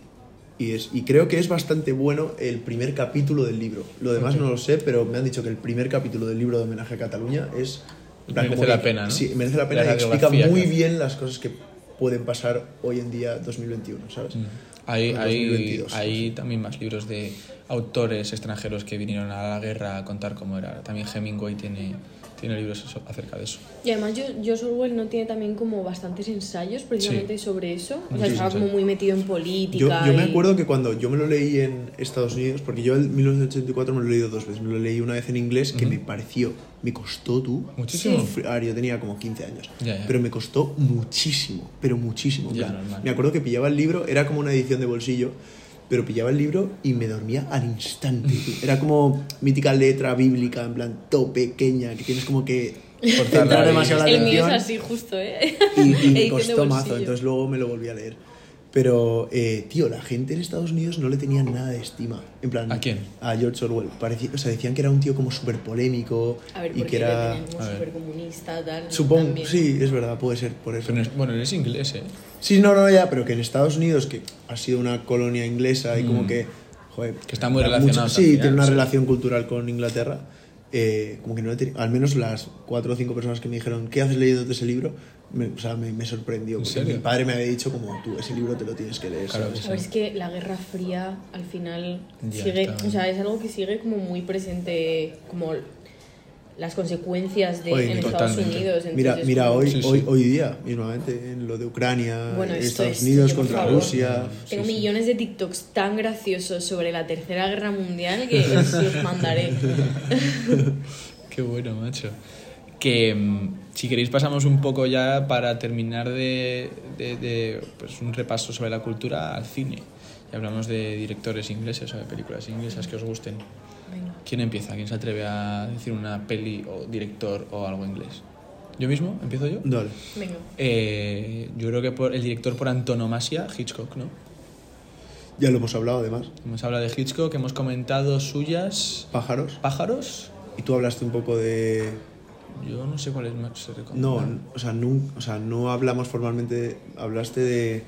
[SPEAKER 2] Y, es, y creo que es bastante bueno el primer capítulo del libro. Lo demás no lo sé, pero me han dicho que el primer capítulo del libro de homenaje a Cataluña es... en
[SPEAKER 1] Merece
[SPEAKER 2] como
[SPEAKER 1] la
[SPEAKER 2] que-
[SPEAKER 1] pena, ¿no?
[SPEAKER 2] Sí, merece la
[SPEAKER 1] La
[SPEAKER 2] pena y explica
[SPEAKER 1] radiografía que
[SPEAKER 2] muy
[SPEAKER 1] hace.
[SPEAKER 2] bien las cosas que pueden pasar hoy en día 2021, ¿sabes?
[SPEAKER 1] Hay,
[SPEAKER 2] En
[SPEAKER 1] hay-
[SPEAKER 2] 2022,
[SPEAKER 1] hay también más libros de autores extranjeros que vinieron a la guerra a contar cómo era. También Hemingway tiene, tiene libros so- acerca de eso.
[SPEAKER 5] Y además yo- George Orwell no tiene también como bastantes ensayos precisamente sobre eso. O sea,
[SPEAKER 1] Muchos
[SPEAKER 5] estaba como
[SPEAKER 1] ensayos.
[SPEAKER 5] muy metido en
[SPEAKER 2] Yo,
[SPEAKER 5] política.
[SPEAKER 2] yo me
[SPEAKER 5] y-
[SPEAKER 2] acuerdo que cuando yo me lo leí en Estados Unidos, porque yo el 1984 me lo he leído dos veces, me lo leí una vez en inglés que me pareció, me costó tú.
[SPEAKER 1] Muchísimo.
[SPEAKER 2] fr- A ver, yo tenía como 15 años,
[SPEAKER 1] Ya, ya.
[SPEAKER 2] pero me costó muchísimo, pero muchísimo. en
[SPEAKER 1] Ya,
[SPEAKER 2] plan,
[SPEAKER 1] normal.
[SPEAKER 2] Me acuerdo que pillaba el libro, era como una edición de bolsillo, pero pillaba el libro y me dormía al instante. tú. Era como mítica letra bíblica, en plan, todo pequeña, que tienes como que
[SPEAKER 1] Forzarla
[SPEAKER 2] centrar
[SPEAKER 1] ahí.
[SPEAKER 2] demasiado la
[SPEAKER 5] El mío
[SPEAKER 2] atención
[SPEAKER 5] es así justo, ¿eh?
[SPEAKER 2] y, y me
[SPEAKER 5] Edición de
[SPEAKER 2] costó mazo,
[SPEAKER 5] bolsillo.
[SPEAKER 2] entonces luego me lo volví a leer. Pero, eh, tío, la gente en Estados Unidos no le tenía nada de estima. En plan,
[SPEAKER 1] ¿A quién?
[SPEAKER 2] A George Orwell. Parecía, o sea, decían que era un tío como súper polémico
[SPEAKER 5] A ver,
[SPEAKER 2] y
[SPEAKER 5] porque
[SPEAKER 2] que
[SPEAKER 5] le
[SPEAKER 2] era...
[SPEAKER 5] tenían como
[SPEAKER 1] a ver.
[SPEAKER 5] súper comunista, tal.
[SPEAKER 2] Supongo,
[SPEAKER 5] también.
[SPEAKER 2] sí, es verdad, puede ser por eso.
[SPEAKER 1] Pero no es- bueno, eres inglés, ¿eh?
[SPEAKER 2] Sí, no, no, ya, pero que en Estados Unidos, que ha sido una colonia inglesa y como que... Joder,
[SPEAKER 1] Mm. Que está muy
[SPEAKER 2] era
[SPEAKER 1] relacionado
[SPEAKER 2] mucho- sí,
[SPEAKER 1] también,
[SPEAKER 2] tiene una
[SPEAKER 1] sí.
[SPEAKER 2] relación cultural con Inglaterra. eh, como que no le tenía- al menos las cuatro o cinco personas que me dijeron, ¿qué haces leyéndote ese libro? Me, o sea, me, me sorprendió.
[SPEAKER 1] ¿En
[SPEAKER 2] Porque
[SPEAKER 1] serio?
[SPEAKER 2] mi padre me había dicho, como tú, ese libro te lo tienes que leer.
[SPEAKER 1] Claro
[SPEAKER 2] ¿sabes?
[SPEAKER 1] que
[SPEAKER 5] A ver, es que la Guerra Fría al final
[SPEAKER 1] Ya,
[SPEAKER 5] sigue,
[SPEAKER 1] está.
[SPEAKER 5] o sea, es algo que sigue como muy presente, como las consecuencias de
[SPEAKER 2] Oye,
[SPEAKER 5] en Estados
[SPEAKER 1] totalmente.
[SPEAKER 5] Unidos.
[SPEAKER 2] Mira,
[SPEAKER 5] entonces,
[SPEAKER 2] mira
[SPEAKER 5] como-
[SPEAKER 2] hoy,
[SPEAKER 1] Sí, sí.
[SPEAKER 2] hoy, hoy día, mismamente, en lo de Ucrania, eh,
[SPEAKER 5] Bueno, esto
[SPEAKER 2] Estados
[SPEAKER 5] es-
[SPEAKER 2] Unidos
[SPEAKER 5] yo, por
[SPEAKER 2] contra
[SPEAKER 5] favor.
[SPEAKER 2] Rusia.
[SPEAKER 5] Tengo millones de TikToks tan graciosos sobre la Tercera Guerra Mundial que os los mandaré.
[SPEAKER 1] Qué bueno, macho. Que mm, si queréis pasamos un poco ya para terminar de, de- de, pues, un repaso sobre la cultura al cine. Y hablamos de directores ingleses o de películas inglesas que os gusten.
[SPEAKER 5] Venga.
[SPEAKER 1] ¿Quién empieza? ¿Quién se atreve a decir una peli o director o algo inglés? ¿Yo mismo? ¿Empiezo yo?
[SPEAKER 2] Dale.
[SPEAKER 5] Venga.
[SPEAKER 1] Eh, yo creo que por el director por antonomasia, Hitchcock, ¿no?
[SPEAKER 2] Ya lo hemos hablado, además.
[SPEAKER 1] Hemos hablado de Hitchcock, hemos comentado suyas.
[SPEAKER 2] Pájaros.
[SPEAKER 1] ¿Pájaros?
[SPEAKER 2] Y tú hablaste un poco de
[SPEAKER 1] Yo no sé cuál es más se recomienda.
[SPEAKER 2] No, n- o sea, no, o sea, no hablamos formalmente, de- hablaste de,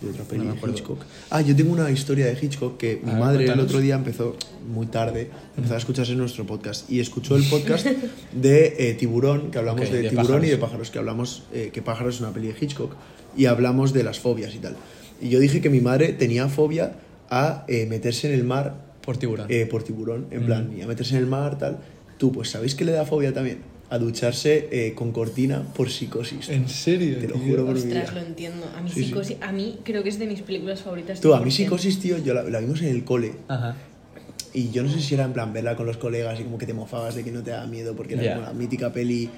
[SPEAKER 2] de otra peli
[SPEAKER 1] No me
[SPEAKER 2] de
[SPEAKER 1] acuerdo.
[SPEAKER 2] Hitchcock. Ah, yo tengo una historia de Hitchcock que mi
[SPEAKER 1] A ver,
[SPEAKER 2] madre
[SPEAKER 1] cuéntanos.
[SPEAKER 2] el otro día empezó, muy tarde, empezó a escucharse nuestro podcast y escuchó el podcast de eh, Tiburón, que hablamos
[SPEAKER 1] Ok,
[SPEAKER 2] de,
[SPEAKER 1] de
[SPEAKER 2] Tiburón y de
[SPEAKER 1] pájaros.
[SPEAKER 2] Pájaros, que hablamos eh, que Pájaros es una peli de Hitchcock y hablamos de las fobias y tal. Y yo dije que mi madre tenía fobia a eh, meterse en el mar
[SPEAKER 1] Por tiburón.
[SPEAKER 2] eh, por tiburón,
[SPEAKER 1] Mm.
[SPEAKER 2] en plan, y a meterse en el mar, tal. Tú, pues, ¿sabéis que le da fobia también? A ducharse eh, con cortina por psicosis.
[SPEAKER 1] ¿En serio?
[SPEAKER 2] Te lo
[SPEAKER 1] tío?
[SPEAKER 2] juro por mi
[SPEAKER 5] Ostras, lo
[SPEAKER 2] vida.
[SPEAKER 5] entiendo. A mí,
[SPEAKER 2] Sí, sí.
[SPEAKER 5] psicosis, a mí creo que es de mis películas favoritas.
[SPEAKER 2] Tú, a mí
[SPEAKER 5] 100%.
[SPEAKER 2] psicosis, tío, yo la, la vimos en el cole.
[SPEAKER 1] Ajá.
[SPEAKER 2] Y yo no sé si era en plan verla con los colegas y como que te mofabas de que no te da miedo porque era
[SPEAKER 1] Ya.
[SPEAKER 2] como la mítica peli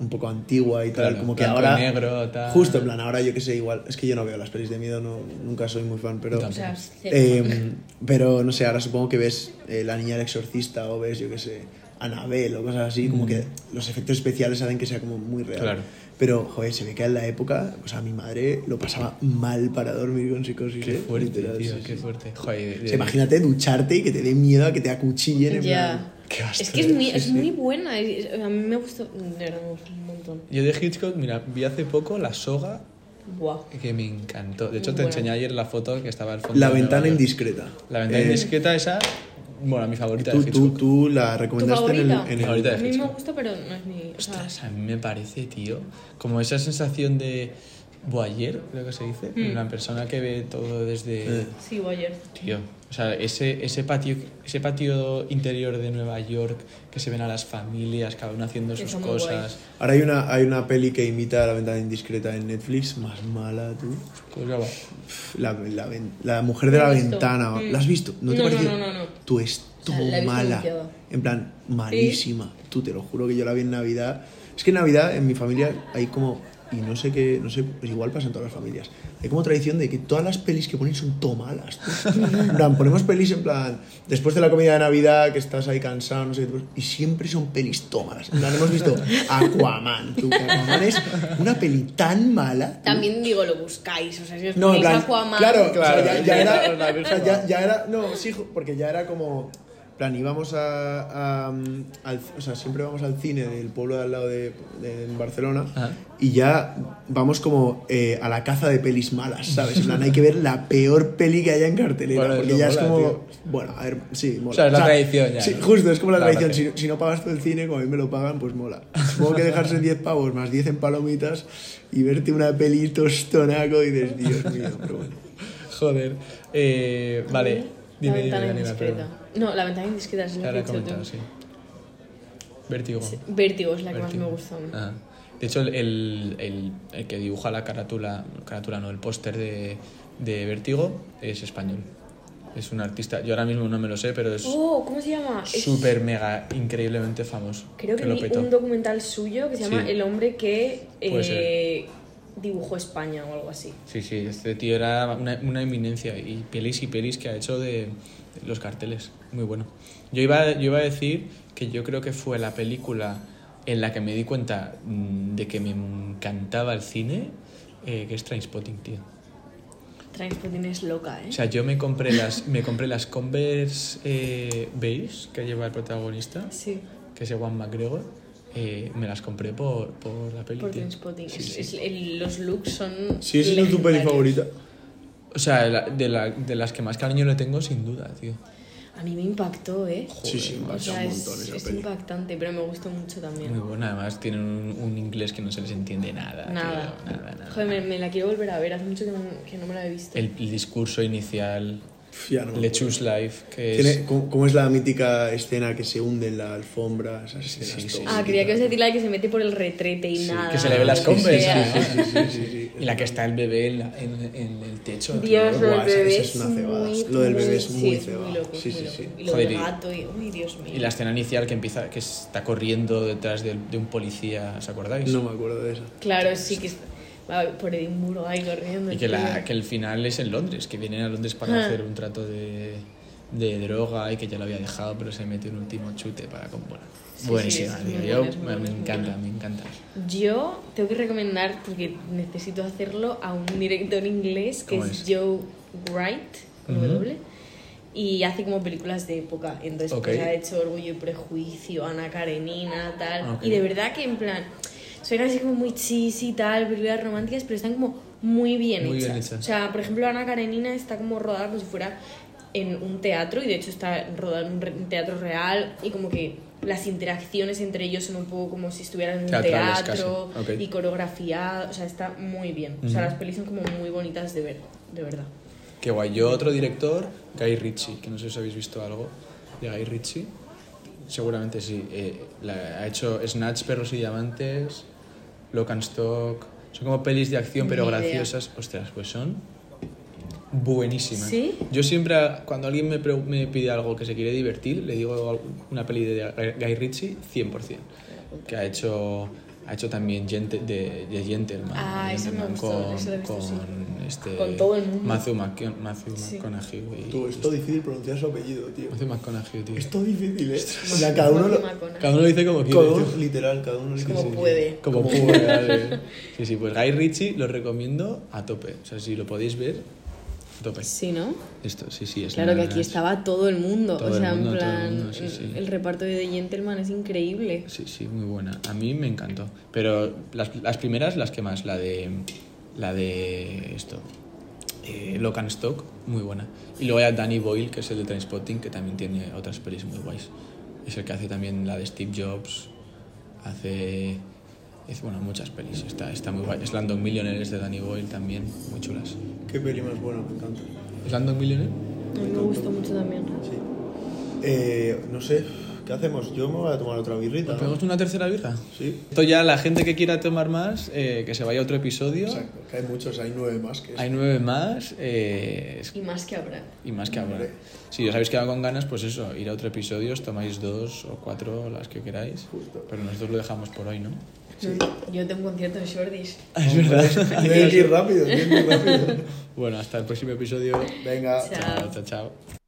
[SPEAKER 2] un poco antigua y tal.
[SPEAKER 1] Claro,
[SPEAKER 2] como que
[SPEAKER 1] blanco y
[SPEAKER 2] ahora.
[SPEAKER 1] negro, tal.
[SPEAKER 2] Justo, en plan, ahora yo que sé, igual. Es que yo no veo las pelis de miedo, no, nunca soy muy fan, pero.
[SPEAKER 1] Yo
[SPEAKER 5] O sea, cero.
[SPEAKER 2] Eh, pero no sé, ahora supongo que ves eh, La Niña del Exorcista o ves, yo qué sé, Anabel o cosas así, como que los efectos especiales hacen que sea como muy real.
[SPEAKER 1] Mm. Claro.
[SPEAKER 2] Pero, joder, se ve que en la época, o sea, mi madre lo pasaba mal para dormir con psicosis.
[SPEAKER 1] Qué
[SPEAKER 2] eh,
[SPEAKER 1] fuerte,
[SPEAKER 2] literal,
[SPEAKER 1] tío,
[SPEAKER 2] sí,
[SPEAKER 1] qué
[SPEAKER 2] sí.
[SPEAKER 1] fuerte. Joder, de-
[SPEAKER 2] O
[SPEAKER 1] de-
[SPEAKER 2] sea, imagínate ducharte y que te dé miedo a que te acuchillen en plan.
[SPEAKER 5] Ya.
[SPEAKER 1] Qué
[SPEAKER 5] Es
[SPEAKER 1] bastardo.
[SPEAKER 5] que es muy,
[SPEAKER 2] Sí,
[SPEAKER 5] es
[SPEAKER 2] sí.
[SPEAKER 5] muy buena. es- es- a mí me gustó. De verdad, me gustó un montón.
[SPEAKER 1] Yo de Hitchcock, mira, vi hace poco La Soga,
[SPEAKER 5] Buah.
[SPEAKER 1] que me encantó. De hecho, te
[SPEAKER 5] Bueno.
[SPEAKER 1] enseñé ayer la foto que estaba al fondo.
[SPEAKER 2] La
[SPEAKER 1] de Nueva
[SPEAKER 2] ventana
[SPEAKER 1] York.
[SPEAKER 2] indiscreta.
[SPEAKER 1] La ventana
[SPEAKER 2] Eh,
[SPEAKER 1] indiscreta esa, bueno, mi favorita
[SPEAKER 2] Tú,
[SPEAKER 1] de
[SPEAKER 2] tú,
[SPEAKER 1] Hitchcock.
[SPEAKER 2] tú la recomendaste en el-
[SPEAKER 5] favorita?
[SPEAKER 2] en
[SPEAKER 1] Mi
[SPEAKER 2] el,
[SPEAKER 1] favorita de
[SPEAKER 5] A mí me
[SPEAKER 1] Hitchcock.
[SPEAKER 5] gusta, pero no es mi. O sea,
[SPEAKER 1] Ostras, a mí me parece, tío, como esa sensación de boyer, creo que se dice,
[SPEAKER 8] Mm.
[SPEAKER 1] una persona que ve todo desde...
[SPEAKER 2] Eh.
[SPEAKER 5] sí, Boyer.
[SPEAKER 1] Tío, o sea, ese, ese, patio, ese patio interior de Nueva York que se ven a las familias, cada uno haciendo
[SPEAKER 5] Está
[SPEAKER 1] sus
[SPEAKER 5] muy guay.
[SPEAKER 1] cosas.
[SPEAKER 2] Ahora hay una, hay una peli que imita a la ventana indiscreta en Netflix, más mala, tú.
[SPEAKER 1] ¿Cómo se llama?
[SPEAKER 2] La, la ven- la mujer de
[SPEAKER 5] Lo
[SPEAKER 2] la
[SPEAKER 5] he visto.
[SPEAKER 2] ventana.
[SPEAKER 5] Mm.
[SPEAKER 2] ¿La has visto? ¿No te
[SPEAKER 5] No, no,
[SPEAKER 2] pareció?
[SPEAKER 5] no, no, no.
[SPEAKER 2] Tú es
[SPEAKER 5] O sea, la he visto
[SPEAKER 2] mala.
[SPEAKER 5] anunciada.
[SPEAKER 2] En plan, malísima. Tú te lo juro que yo la vi en Navidad. Es que en Navidad en mi familia hay como. Y no sé qué. No sé, pues igual pasa en todas las familias. Hay como tradición de que todas las pelis que ponen son todo malas. tú. En plan, ponemos pelis en plan. Después de la comida de Navidad, que estás ahí cansado, no sé qué. pues, Y siempre son pelis todo malas. En plan, hemos visto Aquaman. Tú, que Aquaman es una peli tan mala. tú.
[SPEAKER 5] También digo, lo buscáis. O sea, si os
[SPEAKER 2] No, en plan,
[SPEAKER 5] ponéis Aquaman.
[SPEAKER 2] claro, claro,
[SPEAKER 1] Claro,
[SPEAKER 2] ya, ya
[SPEAKER 1] ya
[SPEAKER 2] era,
[SPEAKER 1] era la
[SPEAKER 2] o sea, ya, ya era, no, sí, jo- porque ya era como, plan, íbamos a, a- al- o sea, siempre vamos al cine del pueblo de al lado de, de- en Barcelona
[SPEAKER 1] Ajá.
[SPEAKER 2] y ya vamos como eh, a la caza de pelis malas, ¿sabes? En plan, hay que ver la peor peli que haya en cartelera,
[SPEAKER 1] Bueno,
[SPEAKER 2] porque
[SPEAKER 1] eso
[SPEAKER 2] ya es
[SPEAKER 1] mola,
[SPEAKER 2] como,
[SPEAKER 1] tío.
[SPEAKER 2] bueno, a ver, sí, mola.
[SPEAKER 1] O sea, es la tradición ya,
[SPEAKER 2] Sí,
[SPEAKER 1] ¿no?
[SPEAKER 2] justo, es como la
[SPEAKER 1] La
[SPEAKER 2] tradición,
[SPEAKER 1] gracia.
[SPEAKER 2] si, si no pagas tú el cine, como a mí me lo pagan, pues mola. Supongo que dejarse 10 pavos más 10 en palomitas y verte una peli tostonaco y dices, Dios mío, pero bueno.
[SPEAKER 1] Joder. Eh, vale. Dime,
[SPEAKER 8] la
[SPEAKER 1] dime,
[SPEAKER 8] ventana
[SPEAKER 1] Daniela,
[SPEAKER 8] indiscreta.
[SPEAKER 1] perdón.
[SPEAKER 8] No, la ventana indiscreta es
[SPEAKER 1] Ya
[SPEAKER 8] la
[SPEAKER 1] la
[SPEAKER 8] que
[SPEAKER 1] he
[SPEAKER 8] he dicho
[SPEAKER 1] comentado,
[SPEAKER 8] tú.
[SPEAKER 1] sí. Vértigo.
[SPEAKER 8] Sí, Vértigo es la que más
[SPEAKER 1] Vértigo.
[SPEAKER 8] me gusta. a mí.
[SPEAKER 1] Ah. De hecho, el, el- el- el que dibuja la carátula, carátula no, el póster de, de Vértigo es español. Es un artista, yo ahora mismo no me lo sé, pero es
[SPEAKER 8] Oh, ¿cómo se llama? Es-
[SPEAKER 1] súper mega, increíblemente famoso.
[SPEAKER 8] Creo que,
[SPEAKER 1] lo
[SPEAKER 8] vi
[SPEAKER 1] petó.
[SPEAKER 8] un documental suyo que se llama
[SPEAKER 1] Sí.
[SPEAKER 8] El hombre que
[SPEAKER 1] Puede
[SPEAKER 8] eh, dibujó España o algo así.
[SPEAKER 1] Sí, sí, este tío era una, una eminencia y pelis y pelis que ha hecho de los carteles. Muy bueno. Yo iba, yo iba a decir que yo creo que fue la película en la que me di cuenta mm, de que me encantaba el cine, eh, que es Trainspotting, tío.
[SPEAKER 8] pues
[SPEAKER 5] Trainspotting es loca, ¿eh?
[SPEAKER 1] O sea, yo me compré las, me compré las Converse eh, beige que lleva el protagonista,
[SPEAKER 5] Sí,
[SPEAKER 1] que es Ewan McGregor. eh, me las compré por, por la peli.
[SPEAKER 5] por
[SPEAKER 1] tío.
[SPEAKER 5] Trainspotting.
[SPEAKER 1] Sí,
[SPEAKER 5] Es-
[SPEAKER 1] sí.
[SPEAKER 5] es el- los looks son.
[SPEAKER 2] Si esa no es tu peli
[SPEAKER 5] legendarios.
[SPEAKER 2] favorita.
[SPEAKER 1] O sea, la- de, la- de las que más cariño le tengo, sin duda, tío.
[SPEAKER 5] A mí me impactó, ¿eh?
[SPEAKER 2] Sí, sí,
[SPEAKER 5] O
[SPEAKER 2] macho, un
[SPEAKER 5] sea, es,
[SPEAKER 2] montón esa
[SPEAKER 5] es
[SPEAKER 2] peli.
[SPEAKER 5] impactante, pero me gustó mucho
[SPEAKER 1] Muy
[SPEAKER 5] también.
[SPEAKER 1] bueno, además tienen un, un inglés que no se les entiende nada.
[SPEAKER 5] Nada.
[SPEAKER 1] tío, nada, nada.
[SPEAKER 5] Joder, me, me la quiero volver a ver, hace mucho que no, que no me la he visto.
[SPEAKER 1] El, el discurso inicial,
[SPEAKER 2] Pf, ya no me
[SPEAKER 1] Let's Choose Life, que es...
[SPEAKER 2] Tiene, ¿cómo, cómo es la mítica escena que se hunde en la alfombra? Esas escenas
[SPEAKER 1] sí, sí.
[SPEAKER 2] todas.
[SPEAKER 5] Ah, quería que os decir la que se mete por el retrete y
[SPEAKER 1] sí,
[SPEAKER 5] nada.
[SPEAKER 1] que se le ve las
[SPEAKER 5] o
[SPEAKER 1] Converse.
[SPEAKER 5] sea.
[SPEAKER 1] sí, sí, sí, sí,
[SPEAKER 2] sí, sí.
[SPEAKER 1] Y la que está el bebé en, la- en- en el techo. tío.
[SPEAKER 5] Dios, lo del
[SPEAKER 2] Buah, esa-
[SPEAKER 5] bebé
[SPEAKER 2] esa es una
[SPEAKER 5] es
[SPEAKER 2] cebada.
[SPEAKER 5] muy-
[SPEAKER 2] Lo del bebé es
[SPEAKER 5] sí,
[SPEAKER 2] muy
[SPEAKER 5] es muy
[SPEAKER 2] cebada.
[SPEAKER 5] loco, es
[SPEAKER 2] Sí,
[SPEAKER 5] muy
[SPEAKER 2] sí,
[SPEAKER 5] loco.
[SPEAKER 2] sí.
[SPEAKER 5] Y lo
[SPEAKER 1] Joder,
[SPEAKER 5] del
[SPEAKER 1] y-
[SPEAKER 5] gato y. Uy, Dios mío.
[SPEAKER 1] Y la escena inicial que empieza, que está corriendo detrás de, de un policía, ¿os acordáis?
[SPEAKER 2] No me acuerdo de esa.
[SPEAKER 5] Claro, sí que es- va por Edimburgo ahí corriendo.
[SPEAKER 1] Y que, la,
[SPEAKER 5] tío.
[SPEAKER 1] que el final es en Londres, que vienen a Londres para
[SPEAKER 5] Ah.
[SPEAKER 1] hacer un trato de, de droga y que ya lo había dejado, pero se mete un último chute para... con- Bueno,
[SPEAKER 5] Sí,
[SPEAKER 1] buenísima,
[SPEAKER 5] sí, es muy
[SPEAKER 1] tío.
[SPEAKER 5] buena,
[SPEAKER 1] Yo-
[SPEAKER 5] es muy
[SPEAKER 1] me- me
[SPEAKER 5] buena, es muy
[SPEAKER 1] encanta,
[SPEAKER 5] buena.
[SPEAKER 1] me encanta.
[SPEAKER 5] Yo tengo que recomendar, porque necesito hacerlo, a un director inglés que
[SPEAKER 1] ¿Cómo
[SPEAKER 5] es,
[SPEAKER 1] es?
[SPEAKER 5] Joe Wright, con
[SPEAKER 1] Ujú.
[SPEAKER 5] W, y hace como películas de época. Entonces, pues,
[SPEAKER 1] Ok.
[SPEAKER 5] ha hecho Orgullo y Prejuicio, Ana Karenina, tal.
[SPEAKER 1] Ah, Ok.
[SPEAKER 5] Y de verdad que, en plan, suenan así como muy chis y tal, películas románticas, pero están como muy bien
[SPEAKER 1] Muy
[SPEAKER 5] hechas.
[SPEAKER 1] bien hechas.
[SPEAKER 5] O sea, por ejemplo, Ana Karenina está como rodada como si fuera en un teatro y de hecho está rodada en un re- un teatro real y como que las interacciones entre ellos son un poco como si estuvieran en un
[SPEAKER 1] Teatrales
[SPEAKER 5] teatro
[SPEAKER 1] casi, ok.
[SPEAKER 5] y coreografía, o sea, está muy bien. O sea,
[SPEAKER 1] Ujú.
[SPEAKER 5] las pelis son como muy bonitas de ver, de verdad.
[SPEAKER 1] Qué guay. Yo otro director, Guy Ritchie, que no sé si habéis visto algo de Guy Ritchie. Seguramente sí. Eh, la- ha hecho Snatch, Perros y Diamantes, Lock and Stock. Son como pelis de acción, pero
[SPEAKER 5] Ni idea.
[SPEAKER 1] graciosas. Ostras, pues son buenísimas.
[SPEAKER 5] ¿Sí?
[SPEAKER 1] Yo siempre, a- cuando alguien me, pregu- me pide algo que se quiere divertir, le digo al- una peli de Guy Ritchie 100%. Que ha hecho, ha hecho también Gente, de, de Gentleman.
[SPEAKER 5] Ah,
[SPEAKER 1] ¿no?
[SPEAKER 5] eso me
[SPEAKER 1] Gentleman
[SPEAKER 5] gustó, eso lo he visto,
[SPEAKER 1] con
[SPEAKER 5] sí.
[SPEAKER 1] este,
[SPEAKER 5] Con todo el mundo.
[SPEAKER 1] Matthew, McCon- Matthew
[SPEAKER 5] Sí.
[SPEAKER 1] McConaughey. y-
[SPEAKER 2] Tú, es todo difícil pronunciar su apellido, tío.
[SPEAKER 1] Matthew McConaughey, tío.
[SPEAKER 2] Es todo difícil, ¿eh? O sea, cada uno lo...
[SPEAKER 1] Cada uno lo dice como quiere.
[SPEAKER 2] Cada uno,
[SPEAKER 1] tío.
[SPEAKER 2] literal, cada uno lo
[SPEAKER 5] Como
[SPEAKER 2] dice.
[SPEAKER 5] puede.
[SPEAKER 1] Como puede. sí. Sí, sí, pues Guy Ritchie lo recomiendo a tope. O sea, si lo podéis ver, a tope.
[SPEAKER 5] Sí, ¿no?
[SPEAKER 1] Esto, sí, sí. Es
[SPEAKER 5] Claro que
[SPEAKER 1] una-
[SPEAKER 5] aquí estaba todo el mundo,
[SPEAKER 1] Todo
[SPEAKER 5] o
[SPEAKER 1] el
[SPEAKER 5] sea,
[SPEAKER 1] mundo,
[SPEAKER 5] en
[SPEAKER 1] todo el
[SPEAKER 5] plan,
[SPEAKER 1] mundo, sí, sí.
[SPEAKER 5] el reparto de The Gentleman es increíble.
[SPEAKER 1] Sí, sí, muy buena. A mí me encantó. Pero las, las primeras, las que más, la de. La de esto. Eh, Lock and Stock, muy buena. Y luego hay a Danny Boyle, que es el de Trainspotting, que también tiene otras pelis muy guays. Es el que hace también la de Steve Jobs. Hace. es- bueno, muchas pelis. Está, está muy guay. Slumdog Millionaire es de Danny Boyle también, muy chulas.
[SPEAKER 2] Qué peli más buena, me encanta.
[SPEAKER 1] ¿Slumdog Millionaire?
[SPEAKER 5] A mí me gustó mucho también.
[SPEAKER 2] Sí. Eh, no sé, ¿qué hacemos? Yo me voy a tomar otra birrita.
[SPEAKER 1] ¿Nos
[SPEAKER 2] ¿no?
[SPEAKER 1] pegamos una tercera birra?
[SPEAKER 2] Sí.
[SPEAKER 1] Esto ya, la gente que quiera tomar más, eh, que se vaya a otro episodio.
[SPEAKER 2] Exacto, que hay muchos, hay nueve más que
[SPEAKER 1] Hay nueve más. eh, es-
[SPEAKER 5] Y más que habrá.
[SPEAKER 1] Y más que ahora.
[SPEAKER 2] Hombre.
[SPEAKER 1] Si os habéis quedado con ganas, pues eso, ir a otro episodio, os tomáis dos o cuatro, las que queráis.
[SPEAKER 2] Justo.
[SPEAKER 1] Pero nosotros lo dejamos por hoy, ¿no?
[SPEAKER 5] Yo tengo un concierto de Shorties.
[SPEAKER 1] Es verdad.
[SPEAKER 2] Tiene que ir rápido, tiene que ir rápido.
[SPEAKER 1] bueno, hasta el próximo episodio.
[SPEAKER 2] Venga.
[SPEAKER 5] Chao.
[SPEAKER 1] chao. chao.